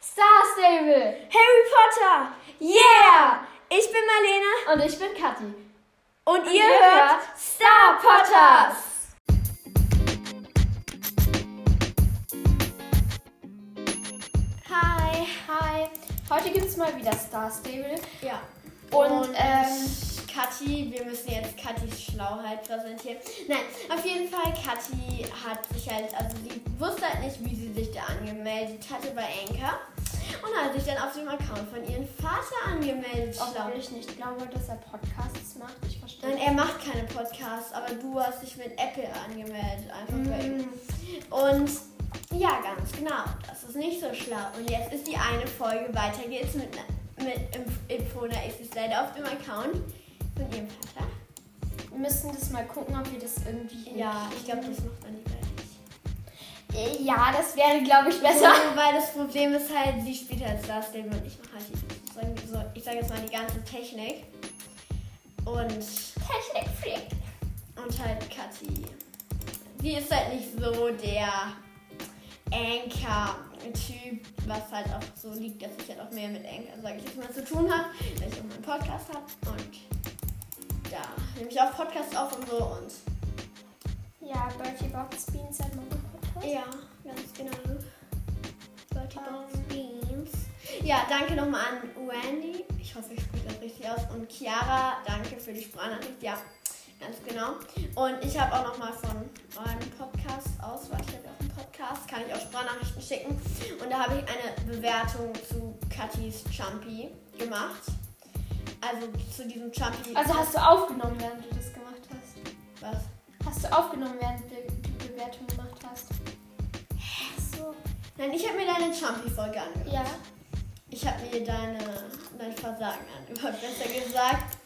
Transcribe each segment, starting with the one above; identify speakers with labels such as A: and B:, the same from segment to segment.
A: Star Stable.
B: Harry Potter! Yeah! Ich bin Marlene
A: Und ich bin Kathi.
B: und,
A: ihr hört
B: Star
A: Potters. Hi, hi. Heute gibt es mal wieder Star Stable.
B: Ja.
A: Und, ähm,
B: Kathi, wir müssen jetzt Kathis Schlauheit präsentieren. Nein, auf jeden Fall, Kathi hat sich halt, also sie wusste halt nicht, wie sie sich da angemeldet hatte bei Anker. Und hat sich dann auf dem Account von ihrem Vater angemeldet. schlau.
A: obwohl ich nicht glaube, dass er Podcasts macht. Ich
B: Nein,
A: verstehe.
B: er macht keine Podcasts, aber du hast dich mit Apple angemeldet, einfach bei ihm.
A: Mhm.
B: Und ja, ganz genau. Das ist nicht so schlau. Und jetzt ist die eine Folge. Weiter geht's mit, ne, mit Impf- Impfona. Ist es leider auf dem Account von ihrem Vater?
A: Wir müssen das mal gucken, ob wir das irgendwie.
B: Ja, ich glaube, das macht man lieber nicht.
A: Äh, Ja, das wäre, glaube ich,
B: Besser?
A: besser.
B: weil das Problem ist halt, sie spielt halt Star Stable und ich mache halt die, sagen wir so, ich sage jetzt mal die ganze Technik. Und,
A: Technikfreak.
B: und halt Kathi. Sie ist halt nicht so der Anchor-Typ, was halt auch so liegt, dass ich halt auch mehr mit Anchor, sage ich jetzt mal, zu tun habe, weil ich auch meinen Podcast habe und da nehme ich auch Podcasts auf und so und
A: Ja, Bertie Box Beans hat man Podcast. Ähm.
B: ja, ganz genau. Bertie Box Beans. Ja, danke nochmal an Wendy, ich hoffe, ich spreche das richtig aus, und Chiara, danke für die Sprachnachricht, ja, ganz genau. Und ich habe auch nochmal von eurem Podcast aus, weil ich habe ja auch einen Podcast, kann ich auch Sprachnachrichten schicken. Und da habe ich eine Bewertung zu Katis Chumpy gemacht. Also zu diesem Chumpy.
A: Also hast du aufgenommen, während du das gemacht hast?
B: was?
A: Hast du aufgenommen, während du die Bewertung gemacht hast? Ach so.
B: Nein, ich habe mir deine Chumpy-Folge angehört.
A: Ja.
B: Ich habe mir deine, dein Versagen angehört, besser gesagt.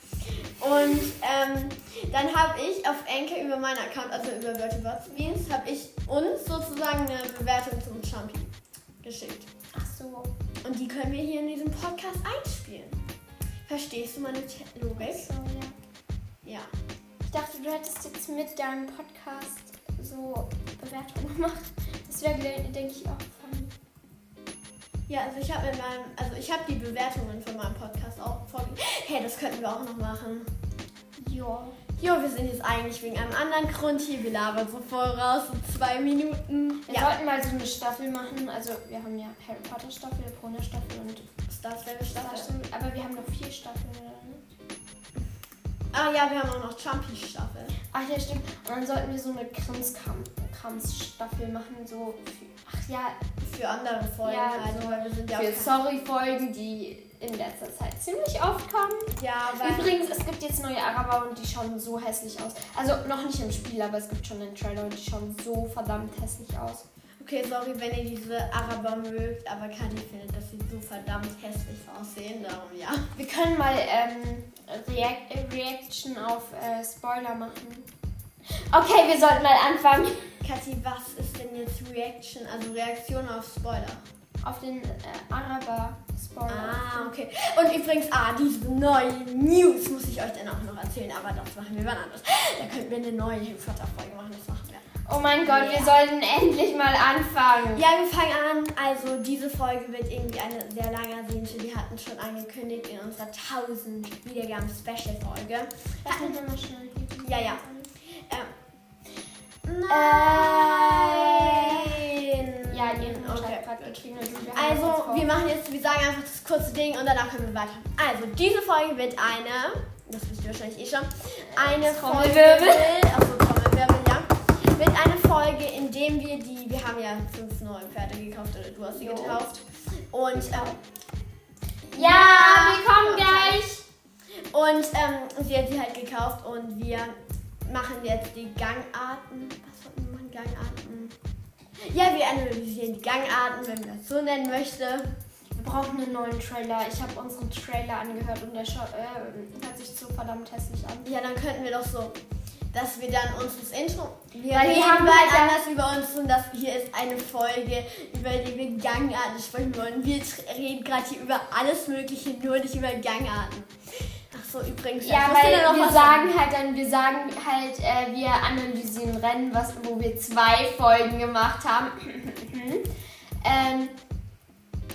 B: Und ähm, dann habe ich auf Enke über meinen Account, also über Virtual Bots Beans, habe ich uns sozusagen eine Bewertung zum Champi geschickt.
A: Ach so.
B: Und die können wir hier in diesem Podcast einspielen. Verstehst du meine Te-
A: Ach
B: Logik?
A: so, ja.
B: Ja.
A: Ich dachte, du hättest jetzt mit deinem Podcast so Bewertungen gemacht. Das wäre, denke ich, auch funny.
B: Ja, also ich habe in meinem, also ich habe die Bewertungen von meinem Podcast auch vorgelesen. Hey, das könnten wir auch noch machen.
A: Ja.
B: Jo, wir sind jetzt eigentlich wegen einem anderen Grund hier. Wir labern so voraus, so zwei Minuten.
A: Wir sollten mal so eine Staffel machen. Also, wir haben ja Harry Potter Staffel, Pona Staffel und
B: Star Stable
A: Star
B: Staffel.
A: Staffel. Aber wir haben noch vier Staffeln, oder nicht?
B: Ah ja, wir haben auch noch Chumpy Staffel.
A: Ach ja, stimmt. Und dann sollten wir so eine Krimskrams-Staffel machen, so für, ach ja,
B: Für andere Folgen
A: Ja,
B: halt, weil wir sind ja
A: für
B: auch.
A: Sorry-Folgen, die in letzter Zeit ziemlich oft kommen.
B: Ja, weil.
A: Übrigens, es gibt jetzt neue Araber und die schauen so hässlich aus. Also noch nicht im Spiel, aber es gibt schon einen Trailer und die schauen so verdammt hässlich aus.
B: Okay, sorry, wenn ihr diese Araber mögt, aber Kadi findet, dass sie so verdammt hässlich aussehen, darum ja.
A: Wir können mal ähm, React äh, Reaction auf äh, Spoiler machen. Okay, wir sollten mal anfangen.
B: Kathi, was ist denn jetzt Reaction, also Reaktion auf Spoiler?
A: Auf den äh, Araber-Spoiler.
B: Ah, okay. Und übrigens, ah, diese neue News muss ich euch dann auch noch erzählen, aber das machen wir wann anders. Da könnten wir eine neue Vaterfolge machen, das machen wir.
A: Oh mein Gott,
B: Ja.
A: wir sollten endlich mal anfangen.
B: Ja, wir fangen an. Also diese Folge wird irgendwie eine sehr lange ersehnte. Wir hatten schon angekündigt in unserer 1000 Wiedergaben Special Folge.
A: Lass mich mal schnell hier.
B: Ja, ja. Ähm.
A: Nein.
B: Nein.
A: Ja, die Mutter okay.
B: okay.
A: hat gerade geklingelt. und wir haben uns
B: Also
A: vor-
B: wir machen jetzt, wir sagen einfach das kurze Ding und danach können wir weiter. Also diese Folge wird eine, das wisst ihr wahrscheinlich eh schon, eine Folge.
A: Trommelwirbel.
B: Also Trommelwirbel, ja. Wird eine Folge, in dem wir die, wir haben ja fünf neue Pferde gekauft oder du hast sie
A: Jo.
B: getauft. Und ähm,
A: Ja, wir kommen
B: Ja.
A: gleich.
B: Und ähm, sie hat sie halt gekauft und wir machen jetzt die Gangarten. Was sollten wir machen? Gangarten. Ja, wir analysieren die Gangarten, wenn man das so nennen möchte.
A: Wir brauchen einen neuen Trailer. Ich habe unseren Trailer angehört und der schau- äh, hört sich so verdammt hässlich an.
B: Ja, dann könnten wir doch so, dass wir dann uns das Intro. Wir
A: Weil wir
B: reden
A: haben
B: bald
A: ja-
B: anders über uns und das hier ist eine Folge, über die wir Gangarten sprechen wollen. Wir tr- reden gerade hier über alles Mögliche, nur nicht über Gangarten. Ach so, übrigens. ich
A: Ja,
B: musste
A: weil
B: dir noch
A: wir
B: was
A: sagen halt dann, wir sagen halt, äh, wir analysieren Rennen, was, wo wir zwei Folgen gemacht haben. ähm, und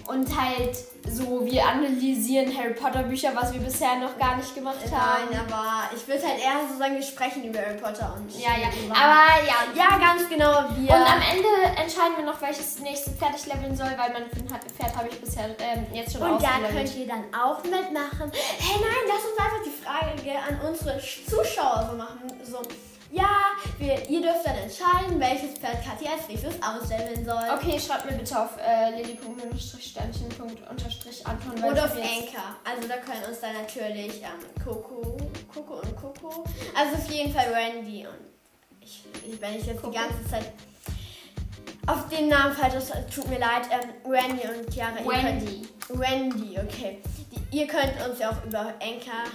A: Und halt so, wir analysieren Harry Potter Bücher, was wir bisher noch gar nicht gemacht haben.
B: Nein, aber ich würde halt eher so sagen, wir sprechen über Harry Potter und.
A: Ja, ja.
B: über-
A: Aber ja,
B: ja, ganz genau. Wir.
A: Und am Ende entscheiden wir noch, welches nächste Pferd ich leveln soll, weil mein Pferd- Pferd habe ich bisher ähm, jetzt schon
B: Und da
A: ausgelevelt.
B: könnt ihr dann auch mitmachen. Hey, nein, lass uns einfach die Frage an unsere Zuschauer so machen. So, ja, wir, ihr dürft dann entscheiden, welches Pferd Katja als nächstes ausleveln soll.
A: Okay, schreibt mir bitte auf äh, lilly.sternchen.anton. weil
B: Oder auf
A: ich jetzt-
B: Anchor. Also da können uns dann natürlich ähm, Coco, Coco und Coco. Also auf jeden Fall Randy und ich, ich wenn ich jetzt
A: Coco.
B: die ganze Zeit auf den Namen falsch ist, tut mir leid. Ähm, Randy und Chiara. ihr
A: Wendy.
B: Könnt, Randy, okay. Die, ihr könnt uns ja auch über Anchor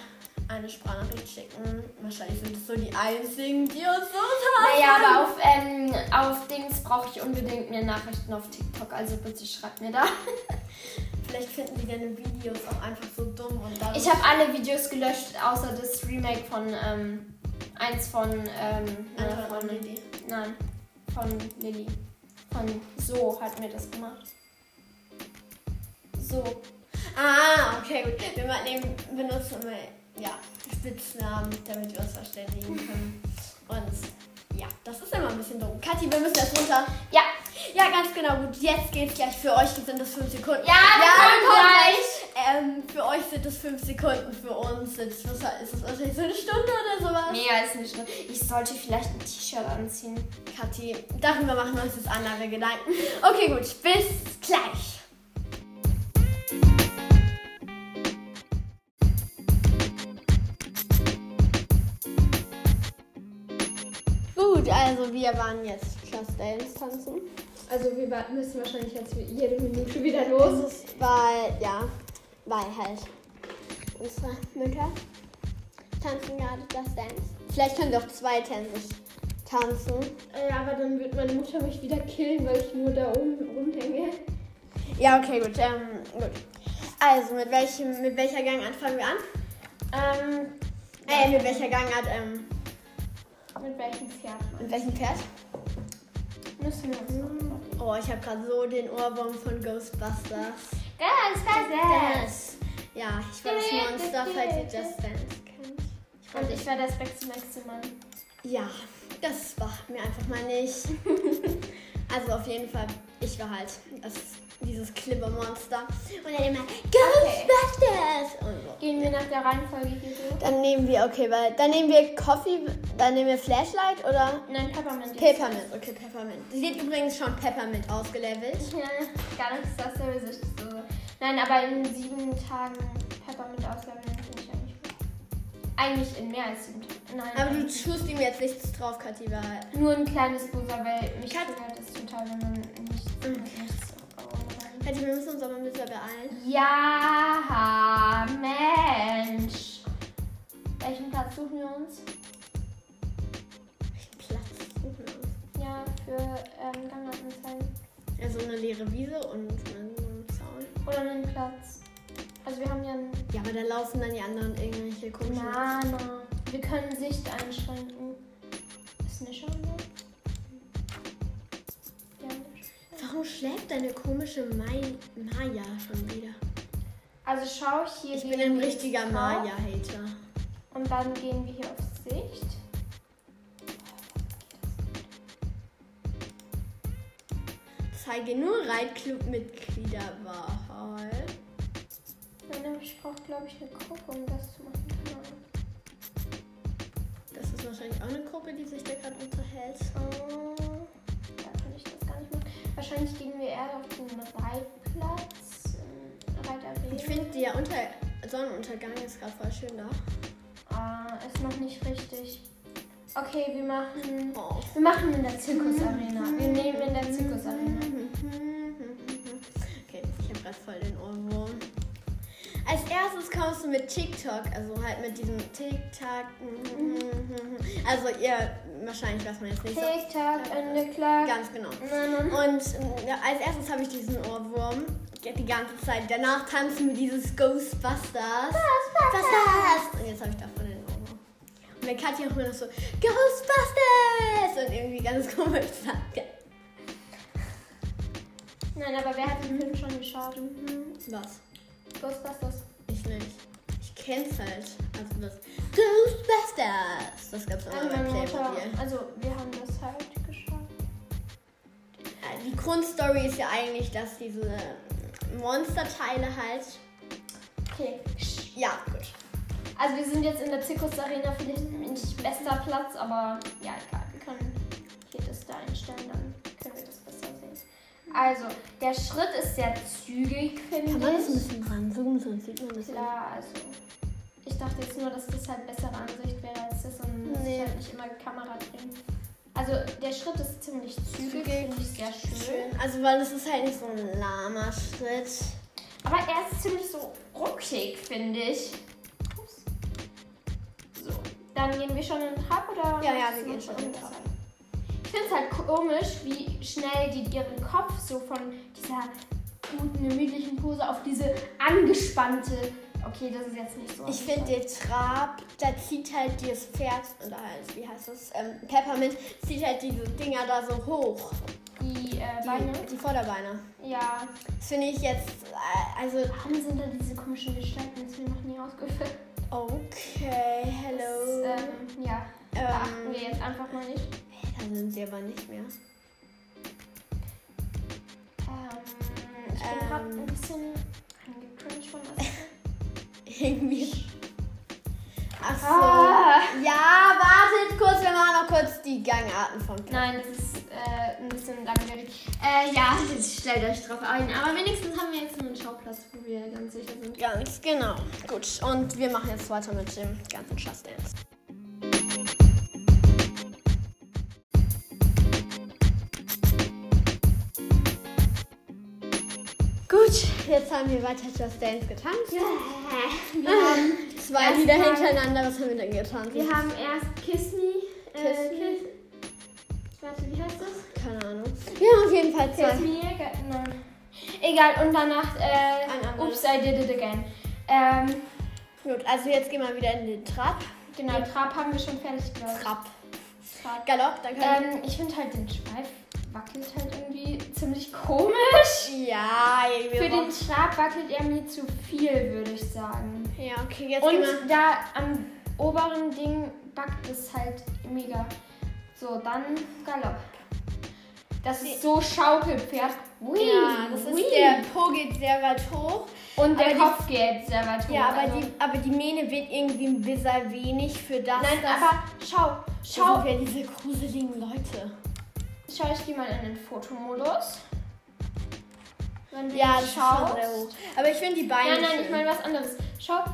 B: eine Sprachnachricht schicken. Wahrscheinlich sind es so die einzigen, die uns so haben.
A: Naja, aber auf, ähm, auf Dings brauche ich unbedingt mehr Nachrichten auf TikTok, also bitte schreibt mir da.
B: Vielleicht finden die deine Videos auch einfach so dumm und dann.
A: Ich habe alle Videos gelöscht, außer das Remake von, ähm, eins von, ähm, ne,
B: Antwort
A: von,
B: an die Idee.
A: nein, von Lilly. Von So hat mir das gemacht. So.
B: Ah, okay, gut. Wir mal nehmen, benutzen immer ja, Spitznamen, damit wir uns verständigen können. Und ja, das ist immer ein bisschen dumm. Kathi, wir müssen jetzt runter.
A: Ja,
B: Ja, ganz genau, gut. Jetzt geht's gleich. Für euch sind das 5 Sekunden.
A: Ja, wir kommen
B: Ähm, für euch sind es 5 Sekunden, für uns sind es, ist es wahrscheinlich so eine Stunde oder sowas.
A: mega ist nicht schlimm. Ich sollte vielleicht ein T-Shirt anziehen.
B: Kathi, darüber machen wir uns jetzt andere Gedanken. Okay, gut, bis gleich. Gut, also wir waren jetzt Just Dance tanzen,
C: Also wir wa- müssen wahrscheinlich jetzt jede Minute wieder los.
B: weil, ja, weil halt unsere Mütter tanzen gerade Just Dance. Vielleicht können wir auch zwei Tänze tanzen.
C: Äh, Ja, aber dann wird meine Mutter mich wieder killen, weil ich nur da oben rumhänge.
B: Ja, okay, gut. Ähm, gut. Also, mit, welchem, mit welcher Gangart fangen wir an?
A: Ähm,
B: Äh, mit welcher Gangart, ähm,
A: mit welchem Pferd?
B: mit welchem Pferd?
A: Müssen
C: Hm.
A: wir uns
B: Oh, ich habe gerade so den Ohrwurm von Ghostbusters.
A: Das, das,
B: Ja, ich war das Monster, falls ihr Just Dance kennt.
A: das. Und ich war das Beste Maximal.
B: Ja, das war mir einfach mal nicht. also auf jeden Fall, ich war halt das, dieses Klippermonster. Und dann immer Ghostbusters! Und so.
A: Gehen wir nach der Reihenfolge hier so?
B: Dann nehmen wir, okay, weil dann nehmen wir Coffee, dann nehmen wir Flashlight oder
A: Nein, Peppermint.
B: Peppermint, okay, Peppermint. Sie sieht übrigens schon Peppermint ausgelevelt.
A: Ja, äh, gar nichts, das der sich so. Nein, aber in sieben Tagen Peppermint ausleveln finde ich eigentlich gut. Eigentlich in mehr als sieben Tagen. Nein.
B: Aber du tust ihm jetzt nichts drauf, Kathi, weil.
A: nur ein kleines Buzzer, weil mich
B: Kat-
A: triggert das total, wenn man nicht.
B: Mhm.
A: nichts auf- rein-
B: Kathi, wir müssen uns aber ein bisschen beeilen.
A: Ja, Mensch. Welchen Platz suchen wir uns?
B: Platz ne? suchen wir uns.
A: Ja, für ähm, Gangartanzeigen.
B: Also eine leere Wiese und einen Zaun.
A: Oder einen Platz. Also wir haben ja einen
B: Ja, aber da laufen dann die anderen irgendwelche komischen.
A: Banana. Wir können Sicht einschränken. Ist eine Schande. ne? Ja, eine Schande.
B: Warum schläft deine komische Mai Maya schon wieder?
A: Also schau hier.
B: Ich bin
A: gehen
B: ein
A: wir
B: richtiger
A: drauf
B: Maya-Hater.
A: Und dann gehen wir hier auf Sicht.
B: Zeige nur Reitclub-Mitgliederwahrheit.
A: Nein, aber ich brauche, glaube ich, eine Gruppe, um das zu machen. Keine Ahnung.
B: Das ist wahrscheinlich auch eine Gruppe, die sich da gerade unterhält.
A: Ähm, Da kann ich das gar nicht machen. Wahrscheinlich gehen wir eher auf den Reitplatz. ähm, Reiterweg.
B: Ich finde der Unter Sonnenuntergang ist gerade voll schön da.
A: Ah, ist noch nicht richtig. Okay, wir machen.
B: Oh.
A: Wir machen in der Zirkusarena. Wir nehmen in der Zirkusarena.
B: Okay, ich habe gerade voll den Ohrwurm. Als erstes kommst du mit TikTok, also halt mit diesem TikTok. Also ihr wahrscheinlich weiß man jetzt nicht so
A: TikTok in the clock.
B: ganz genau.
A: Na, na, na.
B: Und ähm, ja, als erstes habe ich diesen Ohrwurm die ganze Zeit. Danach tanzen wir dieses Ghostbusters. Ghostbusters! Und jetzt habe ich davon den Ohrwurm. Und dann Katja auch immer noch so Ghostbusters! Und irgendwie ganz komisch sagt. er.
A: Nein, aber wer hat den Film schon geschaut? Mhm.
B: Was?
A: Ghostbusters.
B: Ich nicht. Ich kenn's halt. Also das Ghostbusters. Das gab's auch mal
A: Also,
B: bei
A: meine Mutter,
B: Playmobil.
A: also wir haben das halt geschaut.
B: Äh, Die Grundstory ist ja eigentlich, dass diese Monsterteile halt.
A: Okay.
B: Ja, gut.
A: Also wir sind jetzt in der Zirkusarena, vielleicht nicht bester Platz, aber ja, egal. Wir können hier das da einstellen, dann können wir das besser sehen. Also, der Schritt ist sehr zügig, finde ich.
B: bisschen ranzoomen, sonst sieht man das
A: Klar, also. Ich dachte jetzt nur, dass das halt bessere Ansicht wäre als das und dass
B: Nee.
A: ich halt nicht immer die Kamera drehen. Also der Schritt ist ziemlich zügig,
B: Zügig.
A: finde ich sehr schön.
B: Schön. Also, weil es ist halt nicht so ein lahmer Schritt.
A: Aber er ist ziemlich so ruckig, finde ich. Ups. So, dann gehen wir schon in den Hub oder?
B: Ja, ja,
A: möchtest du
B: wir gehen
A: noch
B: schon in den
A: irgendwas sagen? Ich finde es halt komisch, wie schnell die ihren Kopf so von dieser guten, gemütlichen Pose auf diese angespannte. Okay, das ist jetzt nicht so.
B: Ich finde den Trab, da zieht halt dieses Pferd, oder halt, wie heißt das? Ähm, Peppermint zieht halt diese Dinger da so hoch.
A: die äh,
B: Die,
A: Beine.
B: die Vorderbeine.
A: Ja,
B: Das finde ich jetzt, äh, also
A: warum sind da diese komischen Gestalten? Das ist mir noch nie ausgefallen.
B: Okay, hello.
A: Das, ähm, ja, beachten wir jetzt einfach mal nicht.
B: da sind sie aber nicht mehr.
A: Ähm, ich bin
B: Ähm.
A: gerade ein bisschen angecringed von was.
B: Irgendwie. Ach so.
A: Ah.
B: Ja, wartet kurz, wir machen noch kurz die Gangarten von Pla-
A: Nein, das ist äh, ein bisschen langwierig. Äh, ja, jetzt stellt euch drauf ein. Aber wenigstens haben wir jetzt einen Schauplatz, wo wir ganz sicher sind.
B: Ganz genau. Gut, und wir machen jetzt weiter mit dem ganzen Just Dance. Gut, jetzt haben wir weiter Just Dance getanzt. Wir haben zwei
A: Erstmal-
B: Lieder hintereinander. Was haben wir denn getanzt?
A: Wir haben erst Kiss Me. Äh,
B: Kiss Me.
A: Kiss- Warte, wie heißt das?
B: Keine Ahnung. Wir haben auf jeden Fall
A: Kiss
B: zwei.
A: Me. ge- Nein. Egal, und danach äh,
B: Ein
A: Oops,
B: anderes.
A: I Did It Again. Ähm,
B: Gut, also jetzt gehen wir wieder in den Trab.
A: genau, Trab haben wir schon fertig, glaube ich.
B: Trab.
A: Trab.
B: Galopp, dann können
A: Ähm, ich finde halt den Schweif wackelt halt irgendwie ziemlich komisch.
B: wir. Ja, irgendwie.
A: Für den
B: brauchen-
A: Trab wackelt er mir zu viel, würde ich sagen.
B: ja, okay, jetzt gehen wir.
A: Und da am oberen Ding backt es halt mega. So, dann Galopp. Das ist so Schaukelpferd. Ui,
B: Ja, das ist
A: ui.
B: der Po geht sehr weit hoch.
A: Und der
B: aber die-
A: Kopf geht sehr weit hoch.
B: Ja, aber,
A: also.
B: die, aber die Mähne wird irgendwie ein bisschen wenig für das.
A: Nein,
B: dass-
A: aber schau,
B: Das
A: schau.
B: sind ja diese gruseligen Leute.
A: Schau, ich gehe mal in den Fotomodus. Wenn du
B: Ja,
A: jetzt
B: das ist schon sehr hoch.
A: schaust.
B: Aber ich finde die Beine.
A: Nein, nein,
B: schön.
A: ich meine was anderes. Schau,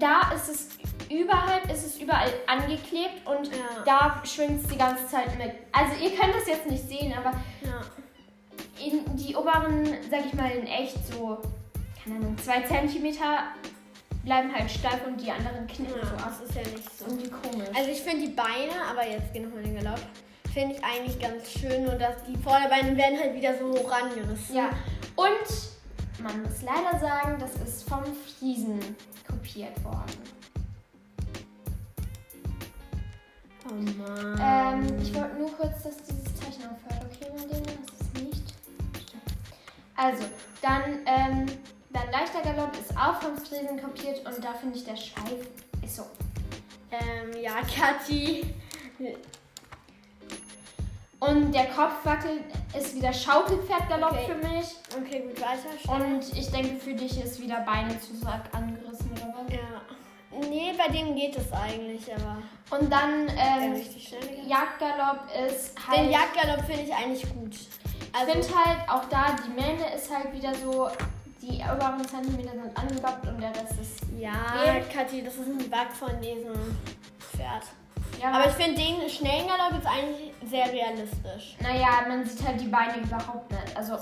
A: da ist es überhalb, ist es überall angeklebt und
B: Ja.
A: da schwingt es die ganze Zeit mit. Also ihr könnt das jetzt nicht sehen, aber
B: Ja.
A: in die oberen, sag ich mal, in echt so, keine Ahnung, zwei Zentimeter bleiben halt steif und die anderen knicken so
B: ja,
A: ab.
B: genau, das ist ja nicht so.
A: Irgendwie komisch.
B: Also ich finde die Beine, aber jetzt gehen nochmal in den Galopp, finde ich eigentlich ganz schön, nur dass die Vorderbeine werden halt wieder so hoch angerissen.
A: ja. Und man muss leider sagen, das ist vom Friesen kopiert worden.
B: Oh Mann.
A: Ähm, ich wollte nur kurz, dass dieses Zeichen aufhört. Okay, mein Ding, das ist nicht. Also, dann, ähm, dann leichter Galopp ist auch vom Friesen kopiert und da finde ich der Schweif ist so.
B: ähm, ja, Kathi.
A: Und der Kopf wackelt ist wieder Schaukelpferdgalopp
B: Okay.
A: für mich.
B: Okay, gut, weiter. Schnell.
A: Und ich denke, für dich ist wieder Beine zu stark angerissen oder was.
B: Ja. Nee, bei dem geht es eigentlich, aber
A: Und dann
B: der
A: ähm,
B: richtig schnell. geht.
A: Jagdgalopp ist halt.
B: Den Jagdgalopp finde ich eigentlich gut.
A: ich
B: Also,
A: finde halt auch da, die Mähne ist halt wieder so, die halt oberen Zentimeter sind angebappt und der Rest ist.
B: ja,
A: den-
B: Kathi, das ist ein Bug von diesem Pferd.
A: Ja,
B: Aber ich finde den schnellen Galopp jetzt eigentlich sehr realistisch.
A: naja, man sieht halt die Beine überhaupt nicht. Also.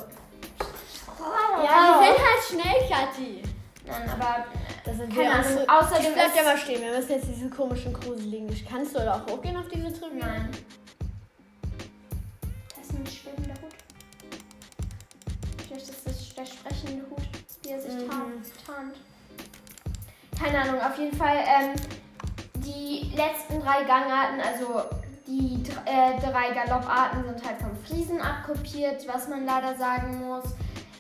B: Ja, die sind halt schnell, Kathi.
A: Nein, aber
B: Das sind
A: Keine
B: wir
A: Ahnung,
B: auch so-
A: außerdem
B: Ich bleib
A: ist-
B: ja mal stehen. Wir müssen jetzt diese komischen gruseligen. Kannst du da auch hochgehen auf diese Tribüne?
A: Nein. Das ist ein schwimmender Hut. Vielleicht ist das der sprechende Hut, wie er sich
B: Mhm.
A: tarnt- tarnt. Keine Ahnung, auf jeden Fall ähm, die letzten drei Gangarten, also die dr- äh, drei Galopparten sind halt vom Friesen abkopiert, was man leider sagen muss.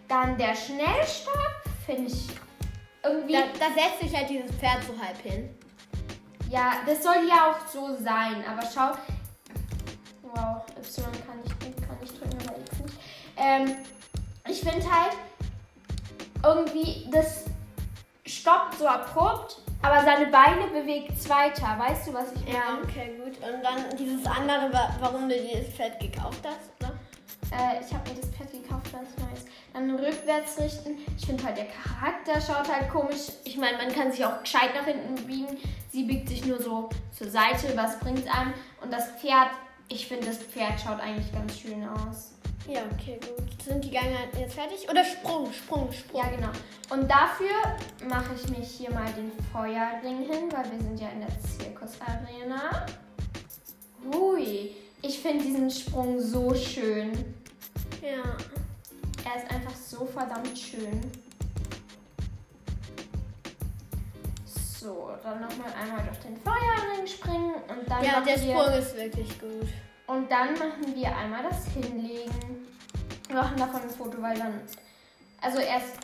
A: Dann der Schnellstab, finde ich irgendwie.
B: Da, da setzt sich halt dieses Pferd so halb hin.
A: ja, das soll ja auch so sein, aber schau. Wow, Y kann ich, kann ich drücken, aber X nicht. Ähm, ich finde halt irgendwie, das stoppt so abrupt, aber seine Beine bewegt weiter. Weißt du, was ich meine?
B: okay, gut. Mhm. Und dann dieses andere, wa- warum du dieses Pferd gekauft hast, ne? oder?
A: Äh, ich habe mir das Pad gekauft, weil es neu ist. Dann rückwärts richten. Ich finde halt, der Charakter schaut halt komisch. Ich meine, man kann sich auch gescheit nach hinten biegen. Sie biegt sich nur so zur Seite. Was bringt einem? Und das Pferd, ich finde, das Pferd schaut eigentlich ganz schön aus.
B: Ja, okay, gut. Sind die Gangart jetzt fertig? Oder Sprung, Sprung, Sprung.
A: Ja, genau. Und dafür mache ich mich hier mal den Feuerring hin, weil wir sind ja in der Zirkusarena. Hui. Ich finde diesen Sprung so schön.
B: Ja.
A: Er ist einfach so verdammt schön. So, dann nochmal einmal durch den Feuerring springen und dann,
B: Ja,
A: machen
B: der
A: wir,
B: Sprung ist wirklich gut.
A: und dann machen wir einmal das Hinlegen. Wir machen davon ein Foto, weil dann. Also erst,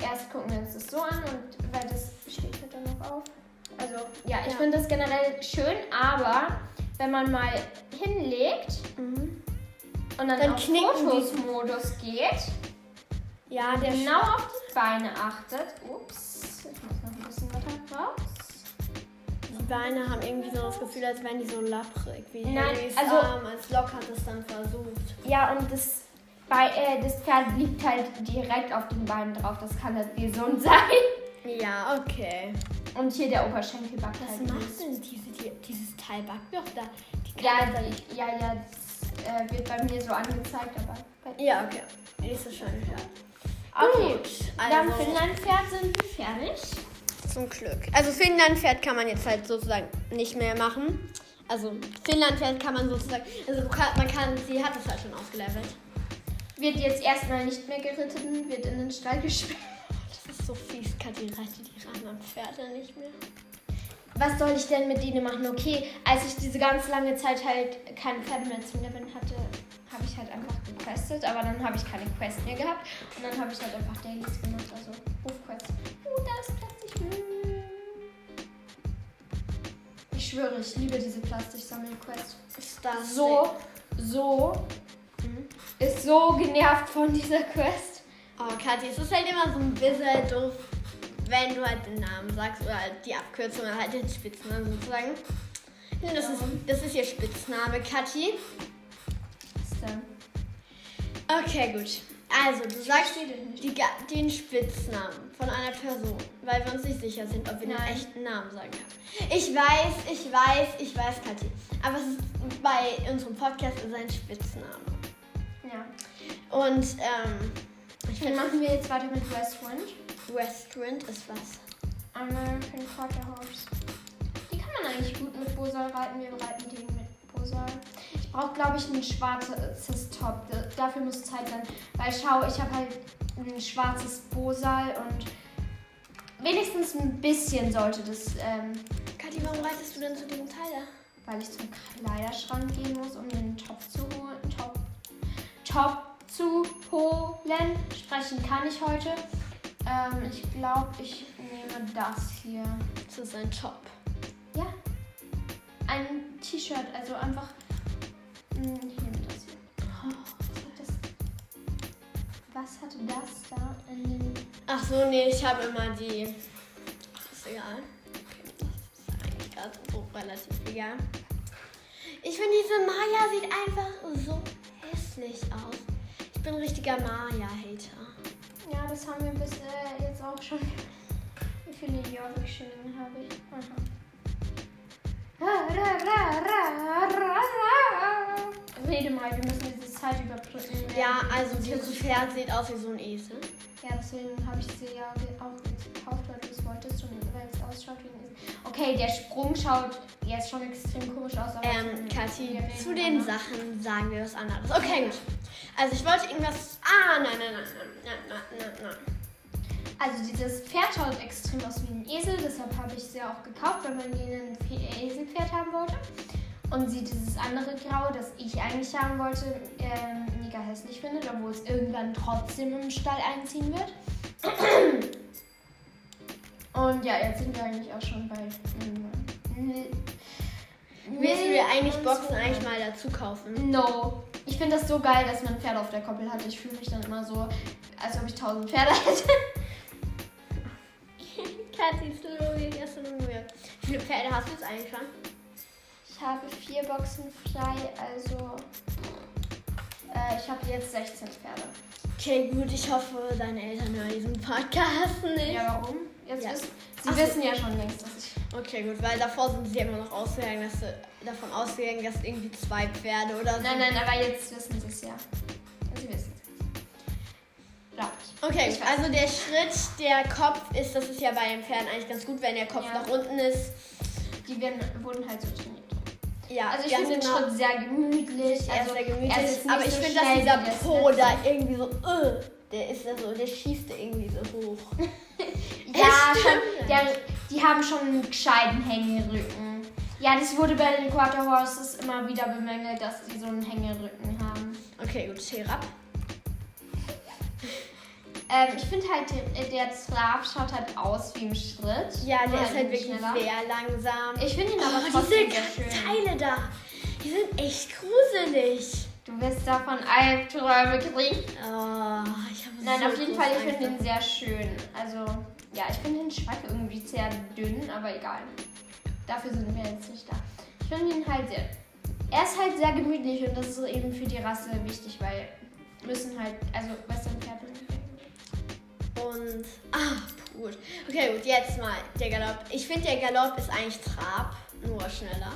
A: erst gucken wir uns das so an und weil das steht halt dann noch auf. Also ja, ich
B: Ja.
A: finde das generell schön, aber wenn man mal hinlegt und
B: Mhm.
A: dann,
B: Dann
A: auf
B: knicken die.
A: Fotos-Modus geht,
B: Ja, der
A: genau auf die Beine achtet. Ups, ich muss noch ein bisschen weiter raus.
B: Die Beine haben irgendwie so das Gefühl, als wären die so lapprig. Wie
A: Nein,
B: Harrys
A: also-
B: Arm, als Locke hat es dann versucht.
A: Ja, und das, bei, äh, das Pferd liegt halt direkt auf den Beinen drauf. Das kann halt gesund sein.
B: Ja, okay.
A: Und hier der Oberschenkel backt
B: Was
A: halt
B: macht
A: nicht.
B: denn diese, die, dieses Teil backt doch da? Die
A: Ja,
B: kann doch
A: die- ja, ja, das äh, wird bei mir so angezeigt, aber.
B: da- Ja, okay. Nächste schon ja.
A: Okay, dann
B: also-
A: Finnland-Pferd sind wir fertig.
B: Zum Glück. Also Finnlandpferd kann man jetzt halt sozusagen nicht mehr machen. Also Finnlandpferd kann man sozusagen, also du kann, man kann, sie hat es halt schon aufgelevelt.
A: Wird jetzt erstmal nicht mehr geritten, wird in den Stall gesperrt.
B: Das ist so fies, Kathi reitet ihre anderen Pferde nicht mehr.
A: was soll ich denn mit denen machen? Okay, als ich diese ganz lange Zeit halt keine Pferde mehr zum Leveln hatte, habe ich halt einfach gequestet, aber dann habe ich keine Quest mehr gehabt und dann habe ich halt einfach Dailies gemacht, also Rufquests. Oh, da ist plötzlich Müll. Ich schwöre, ich liebe diese Plastiksammelquest.
B: Ist das
A: So, so, Mhm. ist so genervt von dieser Quest.
B: Oh, Kathi, es ist halt immer so ein bisschen doof, wenn du halt den Namen sagst oder halt die Abkürzung oder halt den Spitznamen sozusagen. Nee, Das ist, das ist ihr Spitzname, Kathi.
A: Ist dann.
B: Okay, gut. Also, du sagst
A: verstehe dich nicht.
B: die, Ga- den Spitznamen von einer Person, weil wir uns nicht sicher sind, ob wir
A: Nein.
B: den echten Namen sagen können. Ich weiß, ich weiß, ich weiß, Kathi. Aber es ist, bei unserem Podcast ist ein Spitzname.
A: Ja.
B: Und ähm, ich
A: Dann
B: finde,
A: machen wir jetzt weiter mit Westwind.
B: Westwind ist was.
A: Einmal für den Quarterhorse. Die kann man eigentlich gut mit Bosal reiten. Wir reiten den mit Bosal. Ich brauche, glaube ich, ein schwarzes Top. Da- Dafür muss Zeit sein. Weil schau, ich habe halt ein schwarzes Bosal und wenigstens ein bisschen sollte das, ähm,
B: Kathi, warum reitest du denn zu diesem Teil da?
A: weil ich zum Kleiderschrank gehen muss, um den Top zu holen. Top, Top zu holen. Sprechen kann ich heute. Ähm, ich glaube, ich nehme das hier.
B: Das ist ein Job.
A: Ja. Ein T-Shirt, also einfach. Mh, hier das hier. Was hat das? Was hatte das da in den.
B: Ach so, nee, ich habe immer die. Ach, ist egal. Das ist eigentlich gerade so relativ egal. Ich finde, diese Maya sieht einfach so hässlich aus. Ich bin ein richtiger Maya-Hater.
A: Ja, das haben wir bis äh, jetzt auch schon. Wie viele Jorvik-Schillinge habe ich? Aha. Ra, ra, ra, ra, ra, ra. Rede mal, wir müssen diese Zeit überbrücken. ne?
B: Ja, also dieses Pferd sieht aus wie so ein Esel.
A: Ja, deswegen habe ich sie ja ge- auch gekauft, weil du es wolltest und weil es ausschaut wie ein Esel. Okay, der Sprung schaut jetzt schon extrem komisch aus. Aber
B: Ähm,
A: Wir
B: Kathi,
A: reden
B: zu den
A: danach.
B: Sachen sagen wir was anderes. Okay, gut. Also ich wollte irgendwas. Ah, nein, nein, nein, nein, nein, nein, nein, nein.
A: Also dieses Pferd schaut extrem aus wie ein Esel, deshalb habe ich sie auch gekauft, weil man ihnen ein Fe- Eselpferd äh, haben wollte. Und sie dieses andere Grau, das ich eigentlich haben wollte, ähm, mega hässlich findet, obwohl es irgendwann trotzdem im Stall einziehen wird. Und ja, jetzt sind wir eigentlich auch schon bei. ähm,
B: Müssen wir eigentlich Boxen eigentlich mal dazu kaufen?
A: No. Ich finde das so geil, dass man Pferde auf der Koppel hat. Ich fühle mich dann immer so, als ob ich tausend Pferde hätte.
B: Kathi, Slowie, erste Nummer. Wie viele Pferde hast du jetzt eigentlich schon?
A: Ich habe vier Boxen frei, also. Äh, ich habe jetzt 16 Pferde.
B: Okay, gut, ich hoffe, deine Eltern hören diesen Podcast nicht.
A: Ja, warum? Jetzt
B: Ja.
A: wissen, sie
B: Ach so.
A: wissen ja schon längst, dass ich.
B: Okay, gut, weil davor sind sie ja immer noch ausgegangen, dass du, davon ausgegangen, dass irgendwie zwei Pferde oder so.
A: Nein, nein, aber jetzt wissen sie es ja. Sie wissen es. Glaub ich.
B: Okay,
A: Ich weiß.
B: also der Schritt, der Kopf ist, das ist ja bei den Pferden eigentlich ganz gut, wenn der Kopf
A: Ja.
B: nach unten ist.
A: Die werden, wurden halt so trainiert.
B: Ja,
A: Also ich
B: ganz
A: finde den
B: genau.
A: Schritt sehr gemütlich.
B: Er ist
A: Also
B: sehr gemütlich,
A: er ist nicht
B: aber ich
A: so
B: finde, dass
A: schnell
B: dieser
A: wie das
B: Po da
A: letzte.
B: irgendwie so, äh, der ist ja so, der schießt da irgendwie so hoch.
A: Ja,
B: Echt?
A: schon, der, die haben schon einen gescheiten Hängerücken. Ja, das wurde bei den Quarter Horses immer wieder bemängelt, dass sie so einen Hängerücken haben.
B: Okay, gut, Scherab.
A: Ähm, ich finde halt, der, der Trab schaut halt aus wie ein Schritt.
B: Ja, der
A: Nur
B: ist halt
A: ein
B: wirklich
A: bisschen schneller.
B: sehr langsam.
A: Ich finde ihn aber
B: oh,
A: trotzdem
B: diese
A: sehr schön.
B: Teile da, die sind echt gruselig.
A: Du wirst davon Albträume kriegen.
B: Oh, ich habe
A: Nein,
B: so
A: auf jeden
B: große
A: Fall, ich
B: Angst
A: finde ihn
B: davor.
A: sehr schön. Also, ja, ich finde den Schweif irgendwie sehr dünn, aber egal. Dafür sind wir jetzt nicht da. Ich finde ihn halt sehr. Er ist halt sehr gemütlich und das ist eben für die Rasse wichtig, weil müssen halt, also Western Pferd
B: Und. Ah, gut. Okay, gut, jetzt mal der Galopp. Ich finde, der Galopp ist eigentlich Trab, nur schneller.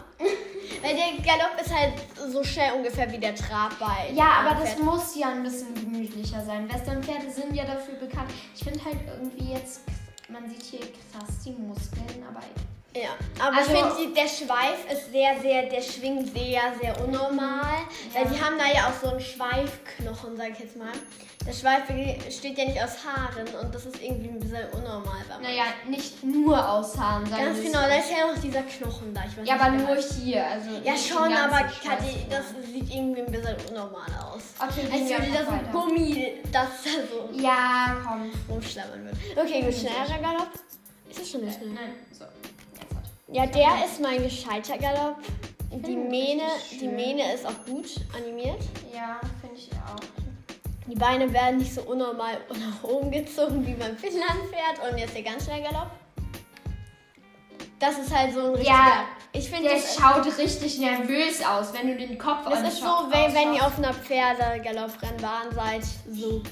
B: Weil der Galopp ist halt so schnell ungefähr wie der Trab bei.
A: Ja, aber das
B: Pferden.
A: muss ja ein bisschen gemütlicher sein. Western Pferde sind ja dafür bekannt. Ich finde halt irgendwie jetzt, man sieht hier krass die Muskeln, aber
B: Ja, aber
A: Also-
B: ich finde, die- der Schweif ist sehr, sehr. Der schwingt sehr, sehr unnormal.
A: Ja.
B: Weil die haben da ja auch so einen Schweifknochen, sag ich jetzt mal. Der Schweif besteht ja nicht aus Haaren und das ist irgendwie ein bisschen unnormal. bei
A: naja, nicht nur aus Haaren sein.
B: Ganz genau, da ist ja noch dieser Knochen da. Ich weiß
A: Ja,
B: nicht,
A: aber
B: wie der
A: nur
B: heißt.
A: hier. Also
B: Ja,
A: nicht
B: schon,
A: den ganzen
B: aber
A: Schweiß.
B: Kathi, das sieht irgendwie ein bisschen unnormal aus. Also
A: Okay, gehen
B: Als
A: wir
B: würde
A: einfach
B: da so
A: Also weiter.
B: Gummi, das da so
A: Ja, komm.
B: Äh, rumschlammern wird. Okay, gut, schneller Galopp. Ist das schon nicht schnell?
A: Nein, so. Jetzt hat.
B: Ja, der ist mein gescheiter Galopp. Die
A: ihn
B: Mähne,
A: richtig
B: die
A: schön.
B: Mähne ist auch gut animiert.
A: Ja, finde ich auch.
B: Die Beine werden nicht so unnormal nach oben gezogen wie beim Finnlandpferd. Und jetzt der ganz schnelle Galopp. Das ist halt so ein richtiger. ich finde
A: Der äh,
B: das.
A: schaut richtig nervös aus, wenn du den Kopf
B: Das ist so, wenn, wenn ihr auf einer Pferdegalopprennbahn seid, so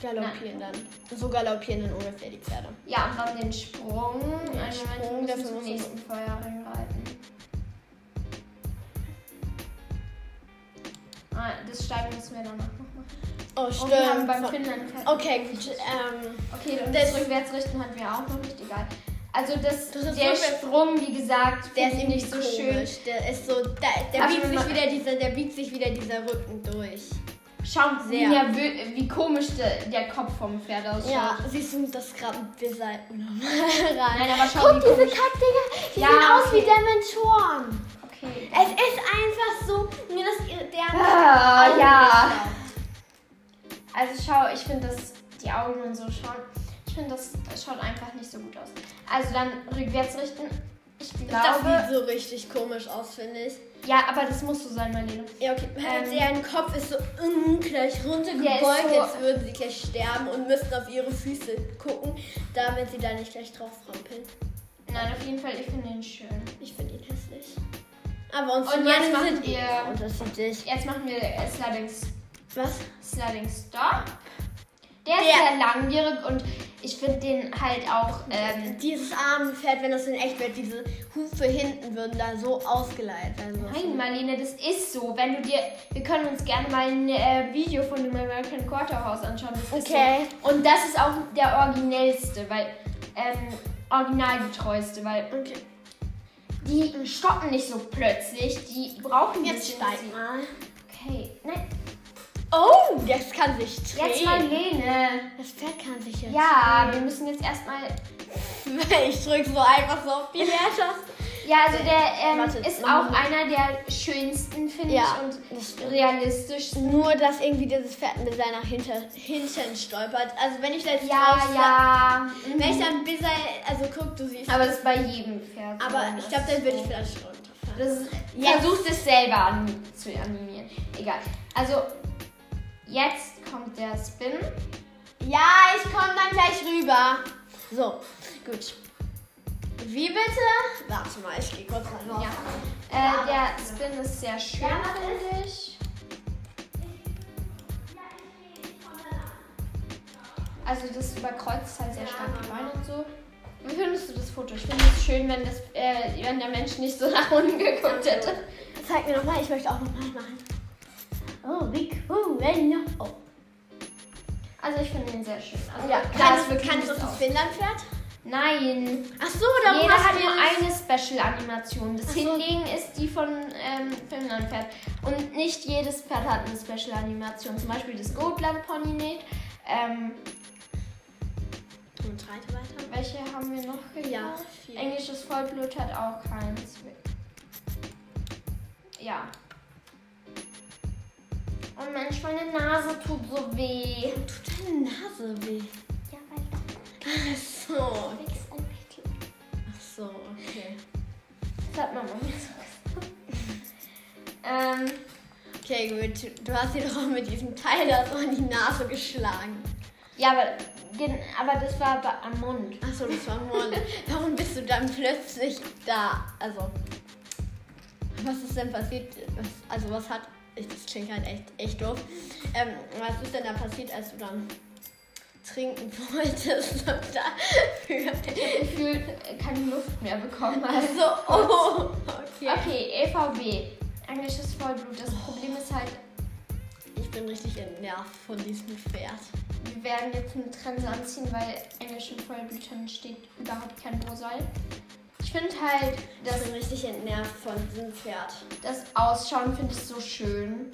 B: galoppieren dann. So galoppieren dann ungefähr die Pferde.
A: Ja, und dann den Sprung. Einen
B: Den
A: Moment,
B: Sprung,
A: wir
B: dafür
A: müssen zum
B: muss man-
A: nächsten Feuerring reiten. Ah, das Steigen müssen wir danach noch machen.
B: Oh,
A: Und
B: stimmt.
A: wir haben beim
B: Von-
A: Finnland
B: okay, gut. Ähm,
A: Okay, und
B: Das-
A: das, Rückwärtsrichten hatten wir auch noch nicht, egal. Also das,
B: Das ist
A: der
B: rückwärts-
A: Sprung, wie gesagt,
B: der
A: finde
B: ist
A: ich
B: eben
A: nicht so schön.
B: Der ist so, der, der,
A: Aber
B: biegt
A: man-
B: sich wieder dieser, der biegt sich wieder dieser Rücken durch.
A: Schaut
B: Sehr.
A: sehr. Wie, nervö- wie komisch der, der Kopf vom Pferd ausschaut.
B: Ja, siehst du, das ist gerade ein bisschen unnormal rein.
A: Nein, aber schau,
B: Guck,
A: wie
B: diese
A: komisch.
B: Kackdinger, die
A: Ja,
B: sehen aus wie
A: okay.
B: Dementoren.
A: Okay.
B: Es ist einfach so, mir das, der...
A: Ah, ja. Also schau, ich finde das, die Augen und so schauen, ich finde das, das schaut einfach nicht so gut aus. Also dann rückwärts richten. Ich
B: Das
A: glaube,
B: sieht so richtig komisch aus, finde ich.
A: ja, aber das muss so sein, Marlene.
B: Ja, okay.
A: Ähm,
B: Deren Kopf ist so mm, gleich runtergebeugt,
A: Der ist so-
B: jetzt würden sie gleich sterben und müssten auf ihre Füße gucken, damit sie da nicht gleich drauf rampeln.
A: Nein, auf jeden Fall, ich finde den schön.
B: Ich finde ihn hässlich. Aber uns
A: Und
B: Männern
A: jetzt machen
B: sind eh
A: wir-
B: unterschiedlich.
A: Jetzt machen wir äh, Sliding
B: Was?
A: Sliding Stop. Der,
B: Der-
A: ist sehr langwierig und ich finde den halt auch. Ähm,
B: Dieses arme Pferd, wenn das in echt wird, diese Hufe hinten würden da so ausgeleiert werden.
A: nein, Marlene, das ist so. Wenn du dir. Wir können uns gerne mal ein äh, Video von dem American Quarterhouse anschauen. Das ist
B: Okay.
A: So. Und das ist auch der originellste, weil. Ähm, originalgetreueste, weil
B: Okay.
A: die stoppen nicht so plötzlich. Die brauchen ein
B: Jetzt
A: bisschen-
B: steig mal.
A: Okay. Nein,
B: Oh, das kann sich drehen.
A: jetzt Marlene.
B: Das Pferd kann sich jetzt
A: Ja, wir müssen jetzt erstmal.
B: Ich drück so einfach so auf die Leertaste.
A: Ja, also der ähm,
B: Warte,
A: ist
B: machen
A: auch
B: wir-
A: einer der schönsten, finde
B: Ja.
A: ich, und realistischsten.
B: Nur, dass irgendwie dieses Pferd mit seiner Hinter hinten stolpert. Also wenn ich da jetzt
A: Ja,
B: drauf-
A: ja. Mhm.
B: Wenn ich dann ein bisschen, also guck, du siehst.
A: Aber das ist bei jedem Pferd. so,
B: Aber ich glaube,
A: das
B: dann würde ich
A: so.
B: vielleicht runterfallen.
A: Das ist,
B: Jetzt.
A: Versucht es selber an, zu animieren. Egal. Also, jetzt kommt der Spin.
B: Ja, ich komme dann gleich rüber. So, gut. Wie bitte? Warte mal, ich gehe kurz rein.
A: Ja. Äh, der Spin ist sehr schön, finde ich. Also das überkreuzt halt sehr stark die Beine und so. Wie findest du das Foto? Ich finde es schön, wenn, das, äh, wenn der Mensch nicht so nach unten
B: Also.
A: geguckt hätte.
B: Zeig mir nochmal, ich möchte auch nochmal machen. Oh, wie cool. ne? Oh.
A: Also ich finde ihn sehr schön. Also
B: Ja,
A: da ist
B: kannst,
A: wirklich
B: kannst du
A: nichts
B: das
A: auf.
B: Finnland-Pferd?
A: Nein.
B: Ach so, darum
A: Jeder
B: hast
A: hat
B: du
A: nur
B: das-
A: eine Special-Animation. Das
B: Ach so.
A: Hinlegen ist die von ähm, Finnland-Pferd. Und nicht jedes Pferd hat eine Special-Animation. Zum Beispiel das Gotland-Pony nicht. Ähm,
B: Und reite weiter.
A: welche haben wir noch gekauft?
B: Ja, vier.
A: Englisches Vollblut hat auch keins. Ja. Und Mensch, meine Nase tut so weh.
B: Tut deine Nase weh.
A: Ja, weil da
B: Ach so.
A: wächst ein Pickel.
B: Ach so, okay.
A: Das hat Mama mir so gesagt. ähm,
B: Okay, gut. Du hast ihn doch auch mit diesem Teil da so an die Nase geschlagen.
A: ja, aber, gen- aber das war bei, am Mund.
B: Ach so, das war Mond. Warum bist du dann plötzlich da? Also, was ist denn passiert? Was, also, was hat. Ich, das klingt halt echt, echt doof. Ähm, was ist denn da passiert, als du dann trinken wolltest? Und dafür.
A: Gefühlt äh, keine Luft mehr bekommen. Also.
B: Also, oh, okay.
A: Okay, E EVB. Englisches Vollblut. Das Problem ist halt,
B: Ich bin richtig entnervt von diesem Pferd.
A: wir werden jetzt eine Trense anziehen, weil englischen Vollblütern steht überhaupt kein Rohseil. Ich finde halt,
B: Ich
A: das,
B: bin richtig entnervt von diesem Pferd.
A: das Ausschauen finde ich so schön.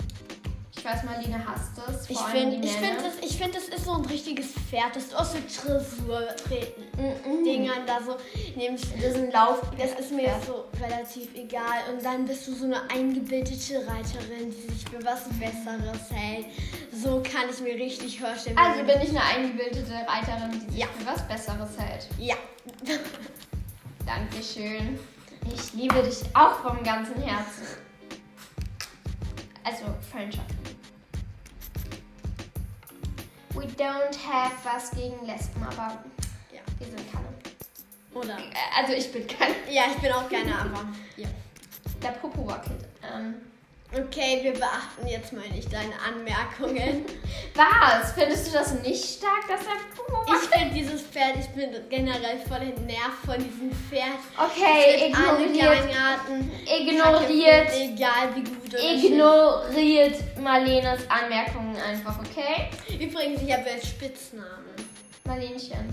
A: Ich weiß, Marlene hasst es. Vor
B: Ich
A: allem
B: finde,
A: die
B: ich
A: Männer.
B: finde, das, ich find, das ist so ein richtiges Pferd. Das ist auch so Dressur-Dingern
A: Mm-mm.
B: da so. Nämlich,
A: Das ist ein Lauf.
B: das ist mir jetzt so relativ egal. Und dann bist du so eine eingebildete Reiterin, die sich für was Besseres hält. So kann ich mir richtig vorstellen. wie
A: Also
B: du-
A: bin ich eine eingebildete Reiterin, die sich
B: Ja.
A: für was Besseres hält.
B: Ja.
A: Dankeschön. Ich liebe dich auch vom ganzen Herzen. Also, Freundschaft. We don't have was gegen Lesben, aber
B: Ja.
A: wir sind keine.
B: Oder?
A: Äh, Also, ich bin keine.
B: Ja, ich bin auch gerne aber. Ja.
A: Der Popo wackelt. Ähm,
B: Okay, wir beachten jetzt mal nicht deine Anmerkungen.
A: was? Findest du das nicht stark, dass der Popo wackelt?
B: Ich finde dieses Pferd, ich bin generell voll entnervt von diesem Pferd.
A: Okay,
B: Es wird alle
A: ignoriert.
B: Gangarten.
A: Ignoriert.
B: Egal wie gut oder
A: Ignoriert Marlenes Anmerkungen einfach, okay?
B: schlecht. Übrigens, ich habe jetzt Spitznamen.
A: Marlenchen.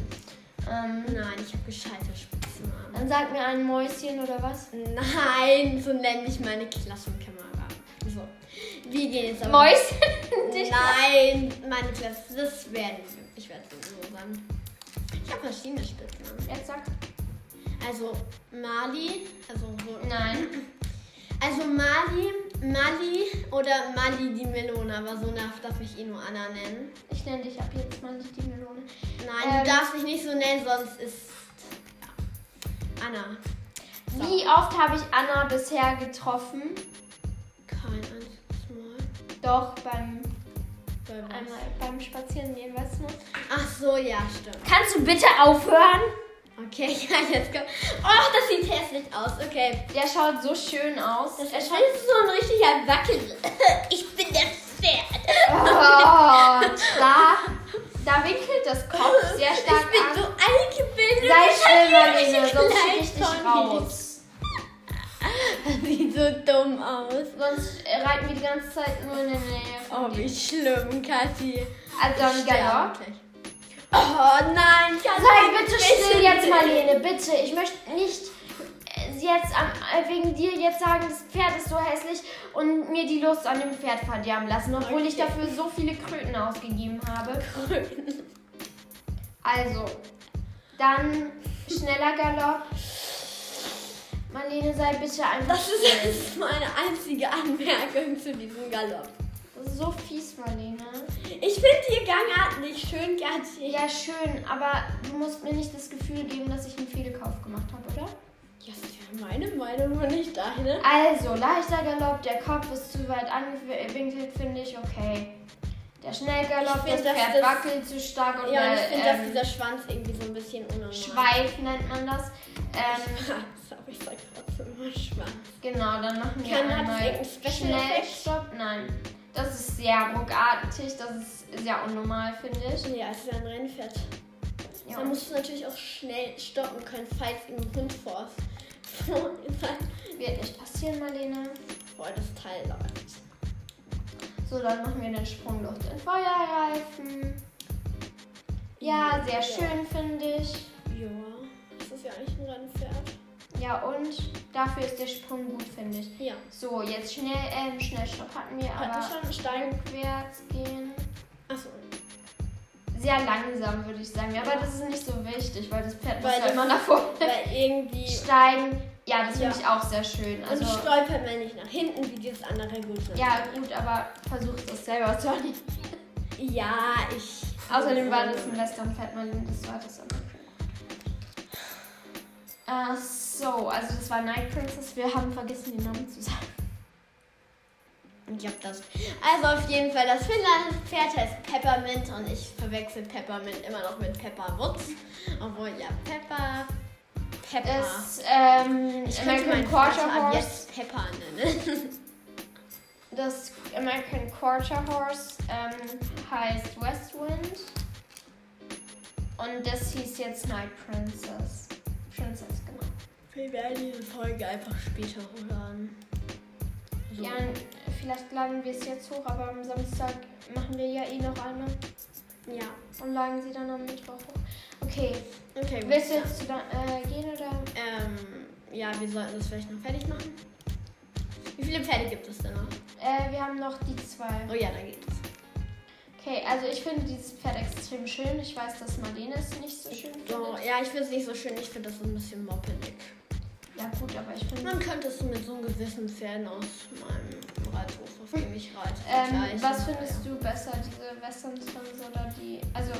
A: Ähm,
B: Nein, ich habe gescheite Spitznamen.
A: dann sag mir ein Mäuschen oder was?
B: Nein, so nenne ich meine Klassenkameraden. So. Wir gehen jetzt aber.
A: Mäuschen? Dich-
B: Nein, meine Klasse, das werden wir. Ich werde so sagen. Ich habe verschiedene Spitznamen.
A: Jetzt sag.
B: Also Mali, also so
A: Nein.
B: Also Mali, Mali oder Mali die Melone, aber so darf, darf ich ihn nur Anna nennen.
A: Ich nenne dich ab jetzt mal nicht die Melone.
B: Nein,
A: Ähm.
B: du darfst mich nicht so nennen, sonst ist ja. Anna. So.
A: Wie oft habe ich Anna bisher getroffen?
B: Kein einziges Mal.
A: Doch, beim,
B: Bei was?
A: einmal, beim Spazierengehen, weißt du noch?
B: Ach so, ja, stimmt.
A: Kannst du bitte aufhören?
B: Okay, ja, jetzt kommt. Oh, das sieht hässlich aus. Okay.
A: Der schaut so schön aus.
B: Das ist so ein richtiger Wackel. Ich bin das Pferd.
A: Oh, da, da winkelt das Kopf sehr stark
B: Ich bin
A: an.
B: so eingebildet.
A: Sei
B: Ich
A: still,
B: hab hier
A: Marlene,
B: richtig
A: sonst
B: Leid
A: schick ich dich
B: von.
A: raus.
B: Das sieht so dumm aus.
A: Sonst äh, reiten wir die ganze Zeit nur in der Nähe
B: Oh,
A: von dir.
B: wie schlimm, Kathi.
A: Also dann Galopp.
B: Sterblich. Oh nein, Kathi.
A: Sei bitte still jetzt, Marlene, bitte. Ich möchte nicht äh, jetzt am, äh, wegen dir jetzt sagen, das Pferd ist so hässlich und mir die Lust an dem Pferd verderben lassen, obwohl ich
B: Okay.
A: dafür so viele Kröten ausgegeben habe. Also, dann schneller Galopp. Marlene, sei bitte einfach
B: Das ist
A: still.
B: jetzt meine einzige Anmerkung zu diesem Galopp.
A: Das ist so fies, Marlene.
B: Ich finde die Gangart nicht schön, Gatje.
A: Ja, schön, aber du musst mir nicht das Gefühl geben, dass ich einen Fehlkauf gemacht habe, oder?
B: Das ist ja meine Meinung und nicht deine.
A: Also, leichter Galopp, der Kopf ist zu weit angewinkelt, finde ich okay. Der
B: Ich
A: Schnellgalopp,
B: find,
A: das
B: dass
A: Pferd
B: das-
A: wackelt zu stark und
B: Ja, und ich
A: der,
B: finde, dass
A: ähm,
B: dieser Schwanz irgendwie so ein bisschen unnormal
A: Schweif nennt man das. Ähm,
B: Schwanz, aber ich sag trotzdem immer Schwanz.
A: genau, dann machen wir
B: Kann- hat das
A: einmal
B: irgendeinen Special Effekt?
A: Schnellstopp. Nein, das ist sehr ruckartig, das ist sehr unnormal, finde ich.
B: Ja, es ist ja ein Rennpferd.
A: Ja.
B: Dann musst du natürlich auch schnell stoppen können, falls ihm ein Hund vor
A: Wird nicht passieren, Marlene.
B: Boah, das Teil läuft.
A: So, dann machen wir den Sprung durch den Feuerreifen. Ja, sehr
B: Ja.
A: schön, finde ich.
B: Ja, das ist ja eigentlich ein Rennpferd.
A: Ja, und dafür ist der Sprung gut, finde ich.
B: Ja.
A: So, jetzt schnell, ähm, Schnellstopp hatten wir,
B: Hat das
A: aber
B: schon einen Stein?
A: rückwärts gehen.
B: Achso.
A: Sehr langsam, würde ich sagen. Aber das ist nicht so wichtig, weil das Pferd muss
B: Weil
A: ja
B: das-
A: immer nach vorne
B: Weil irgendwie.
A: steigen. Ja, das finde
B: Ja.
A: ich auch sehr schön. Also,
B: und stolpert man nicht nach hinten, wie dieses andere gut ist.
A: ja, gut, aber versucht es selber, sorry.
B: Ja, ich.
A: Außerdem war das ein Westernpferd, mein das war das andere. Äh, so, also das war Night Princess. Wir haben vergessen, den Namen zu sagen.
B: Ich hab das. Also auf jeden Fall, das Finnland-Pferd heißt Peppermint und ich verwechsel Peppermint immer noch mit Pepperwutz. Obwohl, ja, Pepper. Pepper.
A: Das ähm,
B: ich könnte
A: American
B: meinen
A: Quarter
B: Vater ab
A: Horse.
B: jetzt Pepper nennen.
A: Das American Quarter Horse ähm, heißt Westwind. Und das hieß jetzt Night Princess. Princess, genau.
B: Wir werden diese Folge einfach später hören. So.
A: Ja, vielleicht laden wir es jetzt hoch, aber am Samstag machen wir ja eh noch eine
B: ja.
A: und laden sie dann am Mittwoch hoch. Okay,
B: Okay, gut.
A: willst du jetzt zu da, äh, gehen oder?
B: Ähm, ja, wir sollten das vielleicht noch fertig machen. Wie viele Pferde gibt es denn noch?
A: Äh, wir haben noch die zwei.
B: Oh ja, da geht's.
A: Okay, also ich finde dieses Pferd extrem schön. Ich weiß, dass Marlene es nicht so schön findet.
B: So, ja, ich finde es nicht so schön. Ich finde das so ein bisschen moppelig.
A: Ja gut, aber ich finde...
B: Man könnte es mit so einem gewissen Pferd aus meinem Reithof, auf dem ich reite,
A: Ähm,
B: vergleichen,
A: was
B: aber ja.
A: findest du besser, diese Western Swans oder die. Also. äh,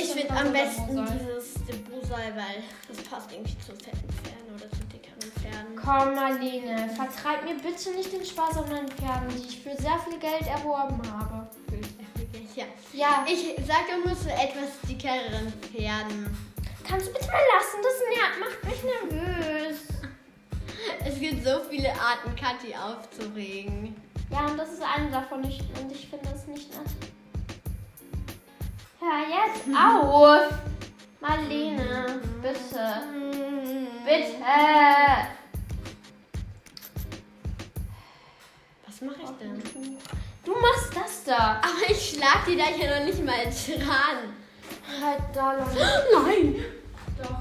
B: Ich
A: Western
B: finde
A: Swans
B: am
A: oder
B: besten
A: Mosel?
B: dieses Debusal, weil das passt irgendwie zu fetten Pferden oder zu dickeren Pferden.
A: Komm, Marlene, vertreib mir bitte nicht den Spaß an meinen Pferden, die ich für sehr viel Geld erworben habe.
B: Ja.
A: Ja,
B: Ich sage immer zu etwas dickeren Pferden.
A: kannst du bitte mal lassen, das nervt, macht mich nervös.
B: Es gibt so viele Arten, Kathi aufzuregen.
A: Ja, und das ist eine davon ich, und ich finde das nicht nett. Hör jetzt auf! Marlene, bitte. Bitte!
B: Was mache ich denn?
A: Du machst das da.
B: Aber ich schlag die da ja noch nicht mal dran.
A: Halt da, Leute.
B: Nein!
A: Doch.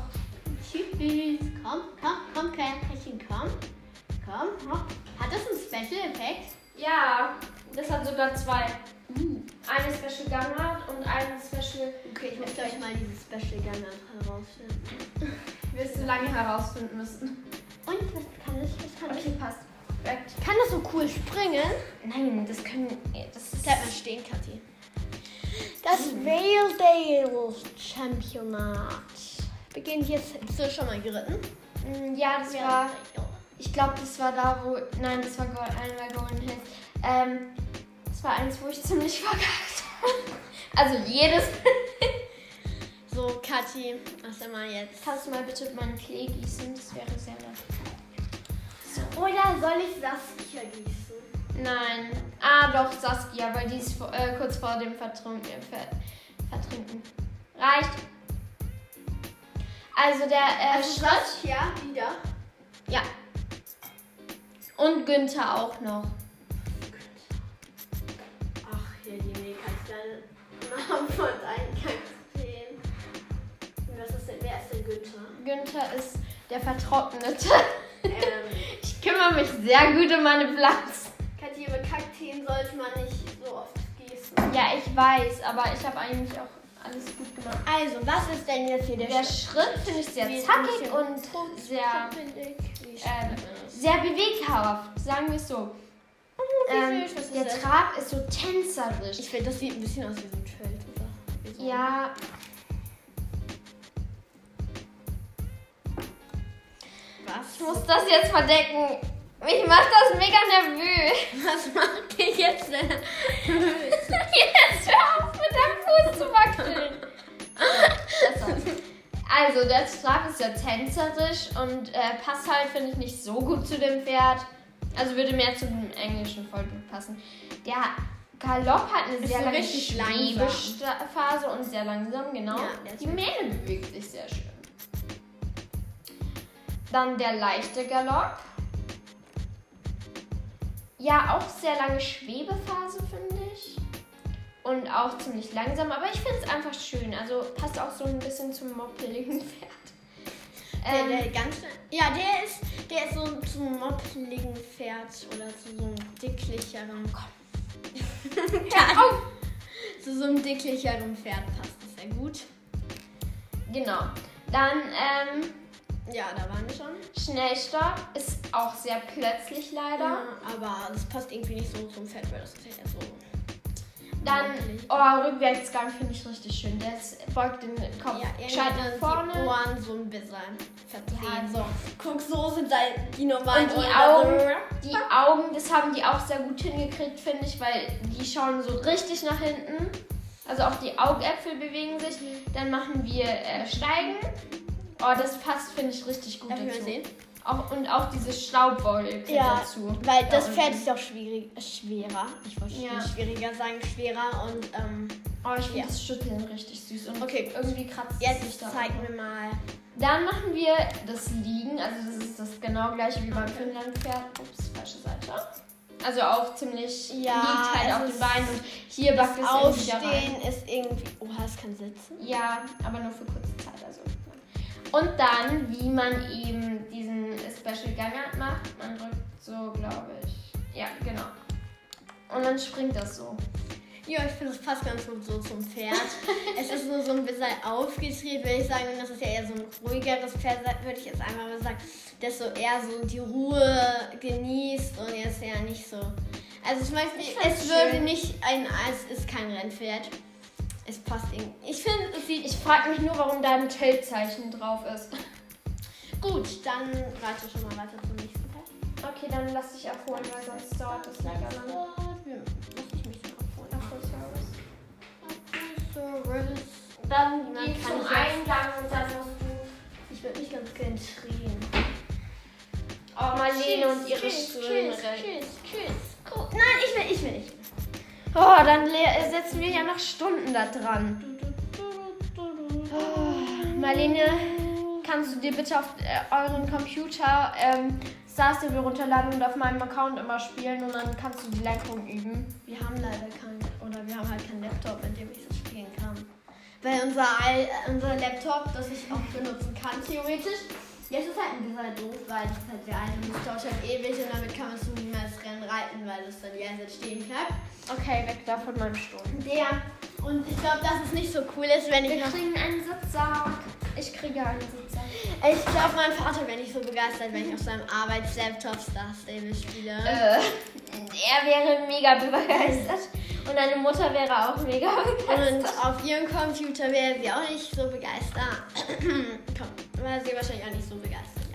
B: Tschüss. Komm, komm, komm, kleiner Kätzchen, komm. Komm, hopp. Hat das einen Special-Effekt?
A: Ja, das hat sogar zwei. Eine Special Gangart und eine Special.
B: Okay, ich muss gleich mal dieses Special-Gangart herausfinden.
A: Wirst du lange herausfinden müssen.
B: Und, was kann das? Was kann
A: Okay, passt. Perfekt.
B: Kann das so cool springen?
A: Nein, das können. Das ist.
B: Bleib mal stehen, Kathi. Hm. Das Valedale Championat beginnt jetzt. Bist du schon mal geritten?
A: Mm, Ja, das war. Ich glaube, das war da, wo. Nein, das war Gold, einmal Golden Hills. Ähm, das war eins, wo ich ziemlich verkackt habe. Also jedes.
B: So, Kathi, was immer jetzt?
A: Kannst du mal bitte meinen Klee gießen? Das wäre sehr nett.
B: Oder soll ich Saskia gießen?
A: Nein. Ah, doch, Saskia, weil die ist vor- äh, kurz vor dem Vertrunken. äh, Ver, Vertrinken. Reicht. Also der äh, Schritt
B: Saskia wieder.
A: und Günther auch noch.
B: Ach, hier die Mega ist dein Name von deinen Kakteen. Und was ist denn, wer ist denn Günther?
A: Günther ist der Vertrocknete.
B: ähm,
A: Ich kümmere mich sehr gut um meine Pflanzen.
B: Kathi, über Kakteen sollte man nicht so oft gießen.
A: Ja, ich weiß, aber ich habe eigentlich auch alles gut gemacht.
B: Also, was ist denn jetzt hier der,
A: Der Schritt finde ich sehr
B: Wie ist
A: zackig
B: das
A: und sehr, ähm,
B: Ähm,
A: sehr beweghaft, sagen wir es so. Ähm,
B: süß, was ist
A: der
B: das?
A: Trab ist so tänzerisch.
B: ich finde, das sieht ein bisschen aus wie so ein Schild, oder? Wie so-
A: Ja.
B: Was?
A: Ich muss das jetzt verdecken. Mich macht das mega nervös.
B: was macht ihr jetzt denn?
A: Jetzt hör auf mit deinem Fuß zu wackeln. So, besser. Also, der Strap ist ja tänzerisch und äh, passt halt, finde ich, nicht so gut zu dem Pferd. Also würde mehr zu dem englischen Vollblut passen. Der Galopp hat eine
B: Ist
A: sehr
B: so
A: lange
B: richtig langsam.
A: Schwebephase und sehr langsam, genau.
B: Ja, der ist
A: Die Mähne bewegt sich sehr schön. Dann der leichte Galopp. Ja, auch sehr lange Schwebephase, finde ich. Und auch ziemlich langsam, aber ich finde es einfach schön. Also passt auch so ein bisschen zum moppeligen Pferd.
B: Der,
A: Ähm,
B: der ganz, ja, der ist, der ist so zum moppeligen Pferd oder zu so einem dicklicheren Kopf. ja,
A: auf!
B: zu so einem dicklicheren Pferd passt das sehr gut.
A: Genau. Dann ähm,
B: Ja, da waren wir schon.
A: Schnellstopp ist auch sehr plötzlich leider.
B: Ja, aber das passt irgendwie nicht so zum Pferd, weil das ist ja so.
A: Dann, oh, Rückwärtsgang finde ich richtig schön. Der ist- beugt den Kopf
B: Ja, irgendwie
A: gescheit
B: dann
A: nach
B: die
A: vorne.
B: Ohren so ein bisschen verziehen.
A: Ja,
B: so. Guck, so sind halt die normalen
A: Und die
B: Ohren.
A: Augen,
B: da
A: die Augen, das haben die auch sehr gut hingekriegt, finde ich, weil die schauen so richtig nach hinten. Also auch die Augäpfel bewegen sich. Dann machen wir äh, Steigen. Oh, das passt, finde ich, richtig
B: so.
A: gut
B: Darf ich mal
A: dazu.
B: sehen?
A: Auch, und auch diese Staubwolke
B: Ja,
A: dazu.
B: Weil
A: Da
B: das
A: unten.
B: Pferd ist ja auch schwierig, schwerer. Ich wollte
A: Ja.
B: nicht schwieriger sagen, schwerer. Und ähm,
A: Oh, ich finde
B: Ja.
A: das Schütteln richtig süß. Und
B: Okay.
A: irgendwie kratzt es sich
B: jetzt
A: da.
B: zeig mir mal.
A: Dann machen wir das Liegen. Also das ist das genau gleiche wie beim
B: Okay.
A: Finnlandpferd. Ups, falsche Seite. Also auch ziemlich
B: Ja, also
A: liegt halt
B: es
A: auf den
B: ist-
A: Beinen und hier
B: Das
A: backt es irgendwie wieder rein.
B: Aufstehen ist irgendwie. Oha, es kann sitzen.
A: Ja, aber nur für kurze Zeit. Also. Und dann, wie man eben diesen Special Gang Art macht, man drückt so, glaube ich. Ja, genau. Und dann springt das so.
B: Ja, ich finde, es passt ganz gut so zum Pferd. es ist nur so ein bisschen aufgedreht, würde ich sagen. Und das ist ja eher so ein ruhigeres Pferd, würde ich jetzt einfach mal sagen. Das so eher so die Ruhe genießt und jetzt ja nicht so. Also zum Beispiel,
A: Ich fand's
B: es würde
A: schön.
B: nicht ein. Es ist kein Rennpferd. Es passt irgendwie. Ich finde, es sieht
A: Ich frage mich nur, warum da ein Tiltzeichen drauf ist.
B: Gut, dann warte schon mal weiter zum nächsten Teil.
A: Okay, dann lass dich abholen, weil sonst dauert das länger lang.
B: Muss ich mich denn abholen?
A: Ach, ich habe es.
B: Service.
A: Dann
B: Dann
A: geh
B: kann
A: zum
B: ich jetzt-
A: Eingang und dann musst du.
B: Ich würde mich ganz gern schrien.
A: Oh, Marlene und ihre
B: Tschüss,
A: Ströme.
B: Tschüss, tschüss, tschüss. Gut. Nein, ich will, ich will nicht.
A: Oh, dann le- setzen wir ja noch Stunden da dran. Oh, Marlene, kannst du dir bitte auf äh, euren Computer ähm, Star Stable runterladen und auf meinem Account immer spielen und dann kannst du die Lenkung üben.
B: Wir haben leider keinen, oder wir haben halt keinen Laptop, mit dem ich das spielen kann. Weil unser, Ei- äh, unser Laptop, das ich auch benutzen kann, theoretisch, jetzt ist halt ein bisschen doof, weil das ist halt der alte und das dauert halt ewig und damit kann man es niemals rennen reiten, weil das dann die ganze Zeit stehen bleibt.
A: Okay, weg da von meinem Stuhl.
B: Der, und ich glaube, dass es nicht so cool ist, wenn ich
A: Wir
B: noch
A: kriegen einen Sitzsack. Ich kriege einen Sitzsack.
B: Ich glaube, mein Vater wäre nicht so begeistert, wenn ich auf seinem Arbeitslaptop Star Stable spiele.
A: Äh, er wäre mega begeistert und deine Mutter wäre auch mega
B: Und
A: begeistert.
B: auf ihrem Computer wäre sie auch nicht so begeistert. Komm, war sie wahrscheinlich auch nicht so begeistert.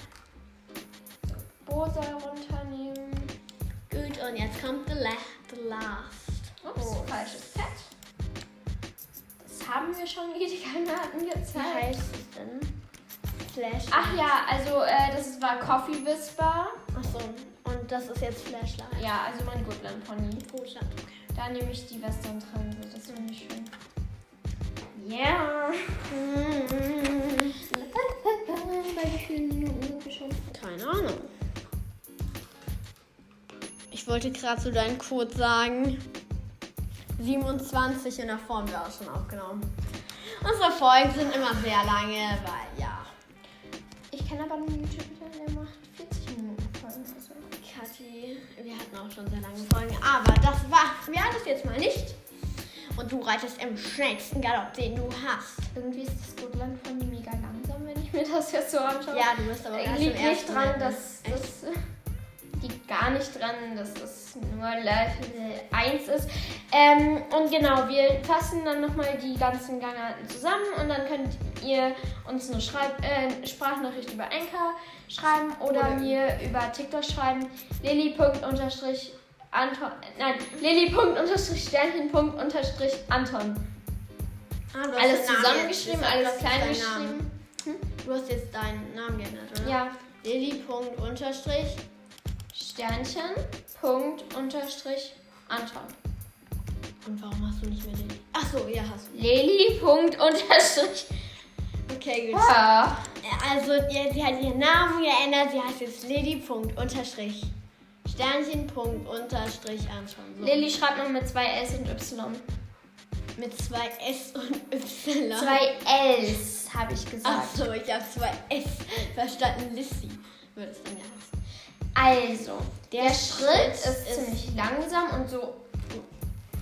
B: Ja.
A: Bosa runternehmen.
B: Gut, und jetzt kommt the last. The last.
A: Ups, falsches Pad. Das haben wir schon wieder die Kandidaten
B: Wie
A: gezeigt.
B: heißt es denn? Flashlight.
A: Ach ja, also äh, das war Coffee Whisper.
B: Achso, und das ist jetzt Flashlight.
A: Ja, also mein Goodland Pony.
B: Gut, dann, okay.
A: Da nehme ich die Western Transe. Das finde ich schön. Yeah. Mhm.
B: Bei wie vielen Minuten sind wir schon? Keine Ahnung. Ich wollte gerade so deinen Code sagen. 27 und davor haben wir auch schon aufgenommen. Unsere Folgen sind immer sehr lange, weil ja.
A: Ich kenne aber einen YouTuber, der macht 40 Minuten Folgen. Also.
B: Kathi, wir hatten auch schon sehr lange Folgen, aber das war, wir hatten es jetzt mal nicht. Und du reitest im schnellsten Galopp, den du hast.
A: Irgendwie ist das Gotland von mir mega langsam, wenn ich mir das jetzt so anschaue.
B: Ja, du bist aber
A: Äh,
B: erst im
A: liegt nicht
B: ersten
A: dran,
B: Rennen.
A: dass
B: Echt?
A: das liegt gar nicht dran, dass das nur Level 1 ist. Ähm, und genau, wir fassen dann nochmal die ganzen Gangarten zusammen und dann könnt ihr uns eine Schreib äh, Sprachnachricht über Anchor schreiben oder
B: Oder-
A: mir über TikTok schreiben. Lilly. unterstrich Anton. Nein, Lilly. unterstrich Sternchen. Punkt unterstrich Anton.
B: Ah, du hast
A: Alles
B: deinen Namen
A: zusammengeschrieben,
B: jetzt-
A: alles
B: das ist dein
A: klein
B: Name.
A: geschrieben.
B: Du hast jetzt deinen Namen geändert, oder?
A: Ja,
B: Lilly. Punkt Unterstrich.
A: Sternchen, Punkt, Unterstrich, Anton.
B: Und warum hast du nicht mehr Lilly? Ach so, ja, hast du.
A: Leli, Punkt, Unterstrich.
B: Okay, gut.
A: Ja.
B: Also, ja, sie hat ihren Namen geändert. Sie heißt jetzt Lilly. Punkt Unterstrich. Sternchen. Punkt Unterstrich anschauen. So.
A: Lilly schreibt man mit zwei S und Y.
B: Mit zwei S und Y.
A: Zwei Ls, habe ich gesagt.
B: Achso, ich habe zwei S verstanden. Lissy würde es dann ja heißen.
A: Also, der,
B: Der
A: Schritt ist,
B: Schritt ist-
A: ziemlich langsam und so.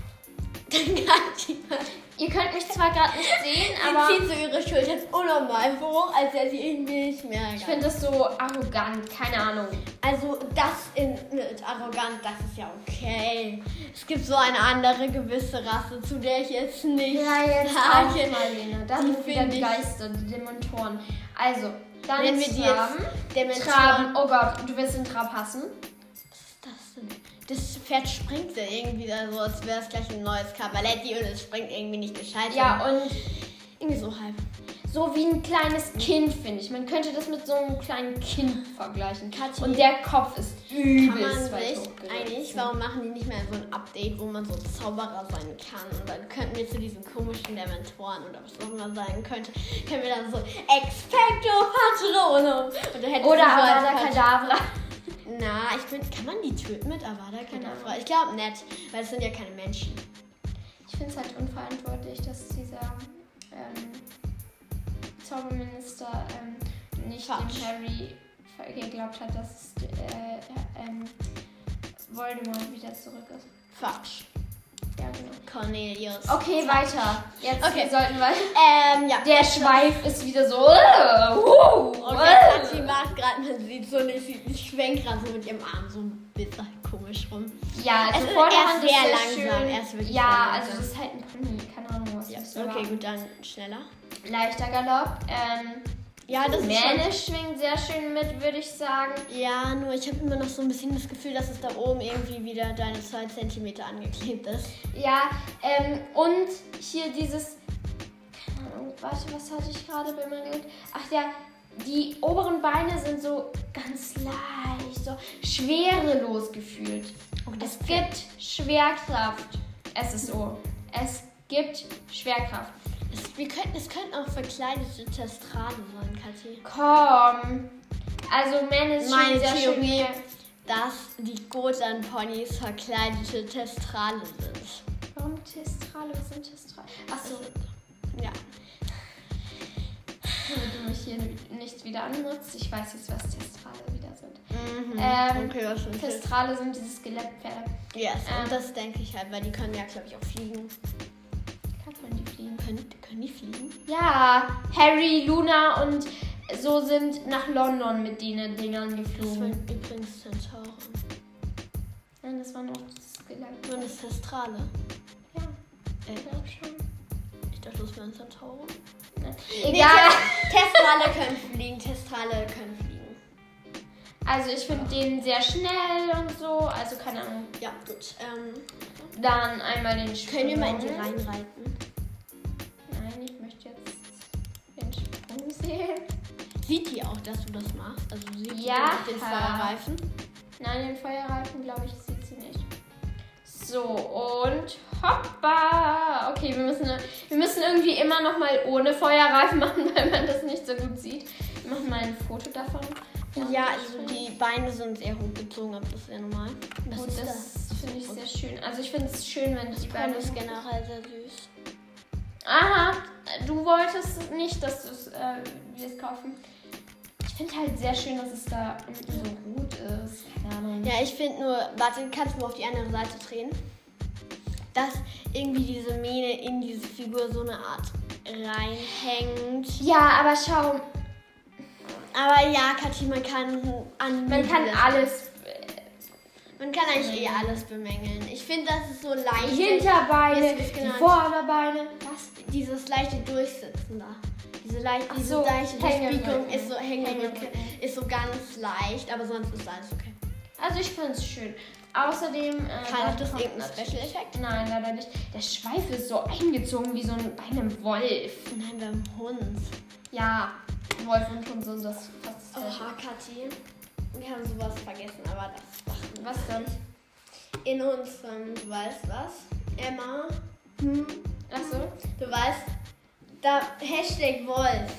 B: Dann kann die
A: Ihr könnt mich zwar gerade nicht sehen,
B: Aber
A: aber
B: sie zieht so ihre Schultern unnormal hoch, als wäre sie irgendwie nicht mehr.
A: ich finde das so arrogant. Keine Ahnung.
B: Also das in, mit arrogant, das ist ja okay. Es gibt so eine andere gewisse Rasse, zu der ich jetzt nicht sage.
A: Marlene. Das
B: Die
A: sind wieder
B: find
A: die
B: ich-
A: Geister, die Dementoren. Also, dann
B: Wenn wir die
A: Traben.
B: jetzt demonstrieren.
A: Traben. Oh Gott, du wirst in Trab hassen.
B: Was ist das denn? Das Pferd springt ja irgendwie da so, als wäre es gleich ein neues Cavaletti und es springt irgendwie nicht gescheit.
A: Ja, und
B: irgendwie so halb.
A: so wie ein kleines Kind, finde ich. Man könnte das mit so einem kleinen Kind vergleichen.
B: Kathi,
A: Und der Kopf ist
B: Kann man
A: übelst weit
B: sich
A: hochgerissen.
B: eigentlich, warum machen die nicht mehr so ein Update, wo man so Zauberer sein kann? Und dann könnten wir zu diesen komischen Dementoren oder was auch immer sein könnte, können wir dann so Expecto Patronum. Und dann hättest
A: Oder
B: du so als
A: Avada
B: Pat-
A: Kedavra.
B: Na, ich finde, kann man die töten mit Avada Kedavra? Ich glaube nicht, weil es sind ja keine Menschen.
A: Ich finde es halt unverantwortlich, dass dieser ähm, Zauberminister ähm, nicht
B: Quatsch.
A: dem Harry ver- geglaubt hat, dass äh, ähm, Voldemort wieder zurück ist.
B: Quatsch.
A: Ja, genau.
B: Cornelius.
A: Okay, weiter. Jetzt
B: Okay.
A: wir sollten wir.
B: Ähm, ja.
A: Der Schweif ist wieder so. äh, wow,
B: Und
A: äh.
B: Kathi macht gerade, man sieht so eine, sie sie schwenkt gerade so mit ihrem Arm so ein bisschen komisch rum.
A: Ja, also
B: Es ist-
A: Vorderhand
B: er ist sehr
A: sehr
B: langsam,
A: Schön.
B: er ist wirklich
A: ja,
B: sehr langsam.
A: also das ist halt ein Pony, keine Ahnung was.
B: Ja,
A: das
B: okay,
A: war.
B: gut, dann schneller.
A: Leichter Galopp. Ähm,
B: Ja, das ist schon-
A: Mähne schwingt sehr schön mit, würde ich sagen.
B: Ja, nur ich habe immer noch so ein bisschen das Gefühl, dass es da oben irgendwie wieder deine 2 cm angeklebt ist.
A: Ja, ähm, und hier dieses. Keine Ahnung, warte, was hatte ich gerade bei meinem Geld? Ach ja, die oberen Beine sind so ganz leicht, so schwerelos gefühlt. es gibt Schwerkraft. SSO. Es gibt Schwerkraft.
B: Es, wir könnten, es könnten auch verkleidete Testraden sein, Kathi.
A: Komm. Also Man ist
B: Meine
A: schon sehr
B: Theorie.
A: schön.
B: Dass die Gotan-Ponys verkleidete Testrale sind.
A: Warum Testrale? Was sind Testrale? Achso,
B: Ja.
A: damit du mich hier nicht wieder anmutzt. Ich weiß jetzt, was Testrale wieder sind.
B: Mhm.
A: Ähm,
B: okay, was sind das?
A: Testrale sind diese Skelettpferde.
B: Yes,
A: ähm,
B: und das denke ich halt, weil die können ja, glaube ich, auch fliegen.
A: Kann man die fliegen?
B: Können, können die fliegen?
A: Ja, Harry, Luna und so sind nach London mit den Dingern
B: Das
A: geflogen.
B: waren übrigens Zentauren.
A: Nein, das waren auch Skelettpferde.
B: Waren das Testrale?
A: Ja,
B: Äh,
A: ich glaube schon.
B: ich dachte, das wären Zentauren.
A: Nein. Egal.
B: Testrale können fliegen, Testrale können fliegen.
A: Also ich finde den sehr schnell und so. Also keine Ahnung.
B: Ja, gut. Ähm,
A: Dann einmal den Sprung.
B: können wir mal in die reinreiten?
A: Nein, ich möchte jetzt den Sprung sehen.
B: Sieht die auch, dass du das machst? Also sieht die
A: Ja.
B: den- den Feuerreifen?
A: Nein, den Feuerreifen, glaube ich, sieht sie nicht. So, und hoppa! Okay, wir müssen, wir müssen irgendwie immer noch mal ohne Feuerreifen machen, weil man das nicht so gut sieht. Wir machen mal ein Foto davon.
B: Ja, also die Beine sind sehr hochgezogen, aber das ist ja normal. Was
A: Gut,
B: ist das?
A: also das finde ich sehr schön. Also ich finde es schön, wenn die
B: Die Beine
A: Beine...
B: ist generell sehr süß.
A: Aha, du wolltest nicht, dass du's, äh, wir es kaufen. Ich finde halt sehr schön, dass es da unten so gut ist. Keine Ahnung.
B: Ja, ich finde nur, warte, kannst du mal auf die andere Seite drehen? dass irgendwie diese Mähne in diese Figur so eine Art reinhängt.
A: Ja, aber schau,
B: Aber ja, Kathi, man kann an
A: man kann alles.
B: man kann eigentlich eh alles bemängeln. Ich finde, das ist so
A: Die
B: leicht.
A: Hinterbeine,
B: Jetzt ist
A: die
B: genannt.
A: Vorderbeine.
B: Was? Dieses leichte Durchsitzen da. Diese, leicht,
A: Ach
B: diese
A: so,
B: leichte
A: Hängerücken.
B: Durchbiegung ist so Hängerücken.
A: Hängerücken.
B: Ist so ganz leicht, aber sonst ist alles okay.
A: Also ich finde es schön. Außerdem. Äh,
B: Hat das
A: kommt
B: irgendeinen
A: natürlich-
B: Special-Effekt?
A: Nein, leider nicht. Der Schweif ist so eingezogen wie so ein, bei einem Wolf.
B: Nein, beim Hund.
A: Ja, Wolf und Hund sind das fast das Gleiche.
B: Oha, Kathi. Wir haben sowas vergessen, aber das machen wir.
A: Was denn?
B: In unserem, du weißt was? Emma. Hm?
A: Achso.
B: Du weißt, da Hashtag Wolf.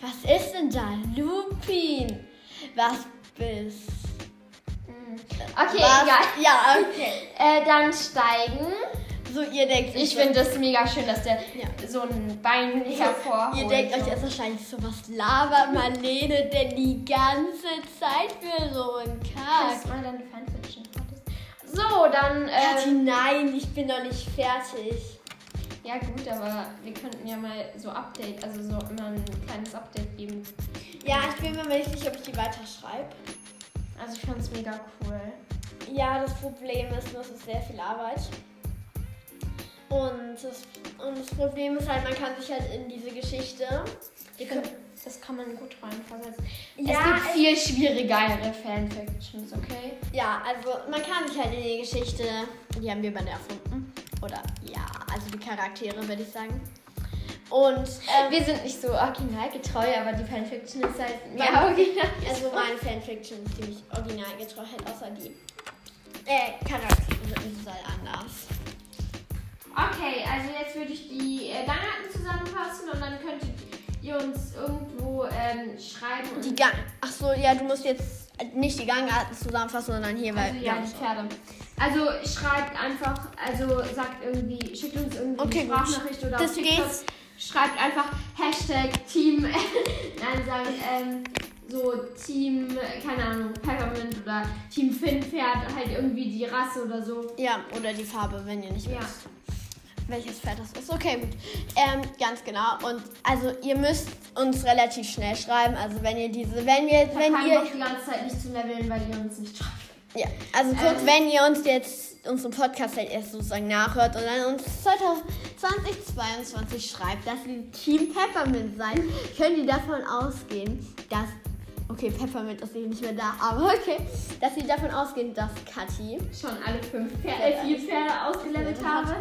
B: Was ist denn da? Lupin. Was bist
A: Okay,
B: was?
A: egal.
B: Ja, okay.
A: Äh, dann steigen.
B: So, ihr denkt
A: Ich finde das mega schön, dass der
B: Ja.
A: so ein Bein hervorholt.
B: Ihr denkt euch jetzt wahrscheinlich so, was labert Marlene denn die ganze Zeit für so einen Kack?
A: Kannst du mal deine Fanfiction vorlesen? So, dann.
B: Kathi,
A: Ähm,
B: nein, ich bin noch nicht fertig.
A: ja, gut, aber wir könnten ja mal so Update, also so immer ein kleines Update geben.
B: Ja, ich bin mir nicht sicher, ob ich die weiterschreibe.
A: Also, ich fand's mega cool.
B: Ja, das Problem ist, nur, es ist sehr viel Arbeit. Und das, und das Problem ist halt, man kann sich halt in diese Geschichte.
A: Ich
B: könnt-
A: find, das kann man gut reinversetzen.
B: Ja,
A: es gibt viel schwierigere Fanfictions, okay?
B: Ja, also man kann sich halt in die Geschichte, die haben wir beide erfunden. Oder ja, also die Charaktere würde ich sagen. Und ähm,
A: Wir sind nicht so originalgetreu, aber die Fanfiction ist halt mehr
B: Ja.
A: original.
B: also meine Fanfiction ist ziemlich originalgetreu, halt außer die äh, Charaktere sind halt anders.
A: Okay, also jetzt würde ich die äh, Gangarten zusammenfassen und dann könntet ihr uns irgendwo ähm, schreiben. Und
B: Die Gang. Ach so, ja, du musst jetzt nicht die Gangarten zusammenfassen, sondern hier
A: also
B: weil
A: ja, die Pferde. Also schreibt einfach, also sagt irgendwie, schickt uns irgendwie
B: Okay,
A: eine
B: gut.
A: Sprachnachricht oder
B: Das
A: auf TikTok.
B: geht's.
A: Schreibt einfach Hashtag Team, nein, sagen ähm, so Team, keine Ahnung, Peppermint oder Team Finn Pferd, halt irgendwie die Rasse oder so.
B: Ja, oder die Farbe, wenn ihr nicht
A: Ja.
B: wisst, welches Pferd das ist. Okay, gut. Ähm, ganz genau. Und also ihr müsst uns relativ schnell schreiben. Also wenn ihr diese, wenn wir, wenn
A: Verfangen
B: ihr,
A: noch die ganze Zeit nicht zu leveln, weil ihr uns nicht schreibt.
B: ja, also kurz,
A: Ähm.
B: wenn ihr uns jetzt unseren Podcast halt erst sozusagen nachhört und dann uns 2022 schreibt, dass ihr Team Peppermint seid, könnt ihr davon ausgehen, dass Okay, Peppermint ist eben nicht mehr da, aber okay. Dass sie davon ausgehen, dass Kathi,
A: Schon alle fünf Pferde, äh, vier Pferde ausgelevelt habe.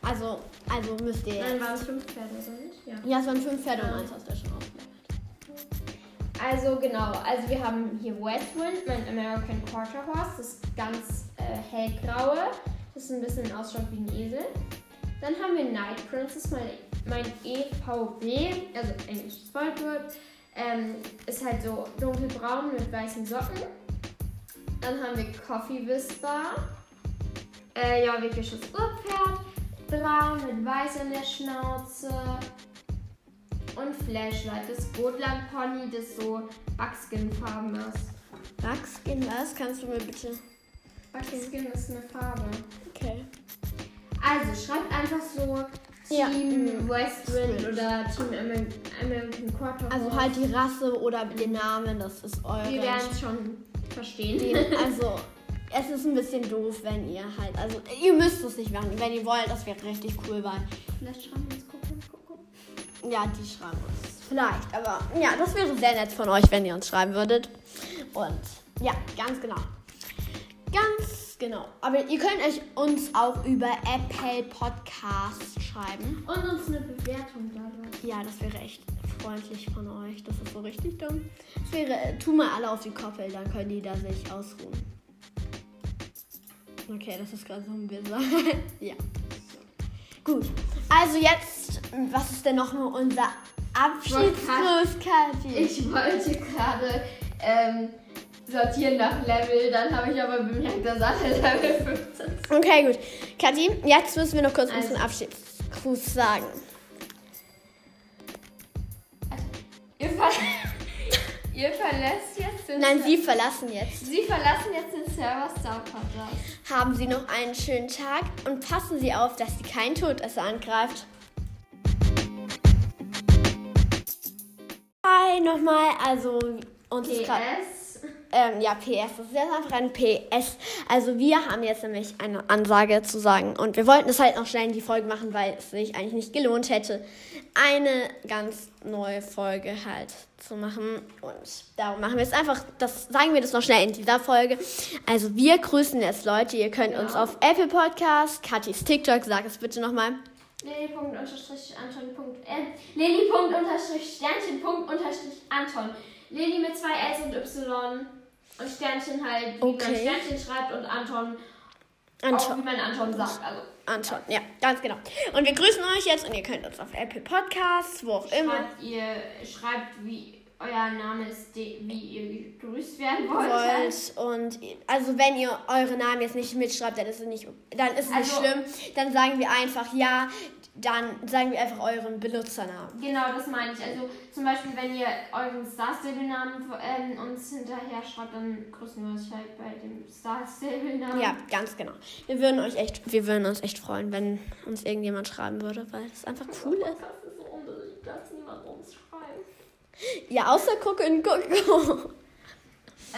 B: also, also müsst ihr
A: Nein, waren es fünf Pferde, so nicht? Ja.
B: Ja, es waren fünf Pferde und eins aus der schon aufgelegt.
A: Also genau, also wir haben hier Westwind, mein American Quarter Horse, das ist ganz äh, hellgraue, das ein bisschen ausschaut wie ein Esel. Dann haben wir Night Princess, mein, mein EVB, also englisches Volkwort, ähm, ist halt so dunkelbraun mit weißen Socken. Dann haben wir Coffee Whisper, äh, jorvikisches Urpferd, braun mit weiß an der Schnauze und Flashlight. Das Gotland Pony, das so Buckskin-Farben ist.
B: Buckskin, was? Kannst du mir bitte.
A: Buckskin ist eine Farbe.
B: Okay.
A: Also schreibt einfach so
B: Ja.
A: Team Westwind
B: Mhm. Westwind.
A: oder Team Amer American Quarter.
B: Also halt die Rasse oder den Namen, das ist eure.
A: Wir werden es schon verstehen.
B: Entscheidung. Also, es ist ein bisschen doof, wenn ihr halt. Also, ihr müsst es nicht machen. Wenn ihr wollt, das wäre richtig cool, weil.
A: Vielleicht schreiben wir uns gucken, gucken.
B: Ja, die schreiben uns. Vielleicht, aber ja, das wäre sehr nett von euch, wenn ihr uns schreiben würdet. Und ja, ganz genau. Ganz genau. Aber ihr könnt euch uns auch über Apple Podcasts schreiben.
A: Und uns eine Bewertung da lassen.
B: Ja, das wäre echt freundlich von euch. Das ist so richtig dumm. Das wäre, äh, tu mal alle auf die Koppel, dann können die da sich ausruhen. Okay, das ist gerade so ein Bizarre. ja. Gut. Also jetzt, was ist denn noch nur unser Abschiedsgruß, Kathi?
A: Ich wollte gerade ähm, sortieren nach Level, dann habe ich aber bemerkt, dass alle Level 15 sind.
B: Okay, gut. Kathi, jetzt müssen wir noch kurz
A: Also.
B: unseren Abschiedsgruß sagen.
A: Ihr, ver ihr verlässt jetzt den
B: Nein,
A: Ser-
B: Sie verlassen jetzt.
A: Sie verlassen jetzt den Server Star Podcast.
B: Haben Sie noch einen schönen Tag und passen Sie auf, dass Sie kein Todesser angreift. Hi, nochmal. Also, uns ist gerade.
A: PS.
B: Ähm, ja, PS. Das ist jetzt einfach ein PS. Also wir haben jetzt nämlich eine Ansage zu sagen. Und wir wollten es halt noch schnell in die Folge machen, weil es sich eigentlich nicht gelohnt hätte, eine ganz neue Folge halt zu machen. Und darum machen wir es einfach, das sagen wir das noch schnell in dieser Folge. Also wir grüßen jetzt Leute. Ihr könnt uns
A: Ja.
B: auf Apple Podcast, Katis TikTok, sag es bitte nochmal.
A: Lili.Anton. Äh, Lili.Sternchen.Anton. Lili mit zwei S und Y. Und Sternchen halt, wie man
B: Okay.
A: Sternchen schreibt und Anton,
B: Anton.
A: auch wie man Anton sagt. Also,
B: Anton, ja, ganz genau. Und wir grüßen euch jetzt und ihr könnt uns auf Apple Podcasts, wo auch immer.
A: schreibt ihr, schreibt, wie euer Name ist, de- wie ihr gegrüßt werden wollt.
B: wollt und also wenn ihr eure Namen jetzt nicht mitschreibt, dann ist es nicht, dann ist es
A: Also-
B: nicht schlimm. Dann sagen wir einfach ja, dann sagen wir einfach euren Benutzernamen.
A: Genau, das meine ich. Also zum Beispiel, wenn ihr euren Star Stable Namen ähm, uns hinterher schreibt, dann grüßen wir euch halt bei dem Star Stable Namen.
B: Ja, ganz genau. Wir würden euch echt, wir würden uns echt freuen, wenn uns irgendjemand schreiben würde, weil das einfach cool ist.
A: Das ist so unbeliebt, dass niemand uns schreibt.
B: Ja, außer Coco und Coco.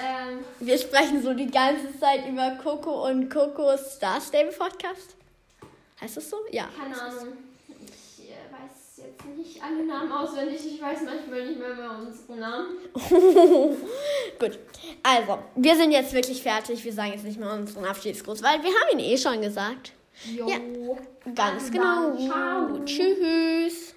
A: Ähm,
B: Wir sprechen so die ganze Zeit über Coco und Cocos Star Stable Podcast. Heißt das so? Ja.
A: keine Ahnung. Ich äh, weiß jetzt nicht alle Namen auswendig. Ich weiß manchmal nicht mehr mehr unsere Namen.
B: Gut. Also, wir sind jetzt wirklich fertig. Wir sagen jetzt nicht mehr unseren Abschiedsgruß, weil wir haben ihn eh schon gesagt.
A: Jo. Dann
B: Ganz genau.
A: ciao.
B: Tschüss.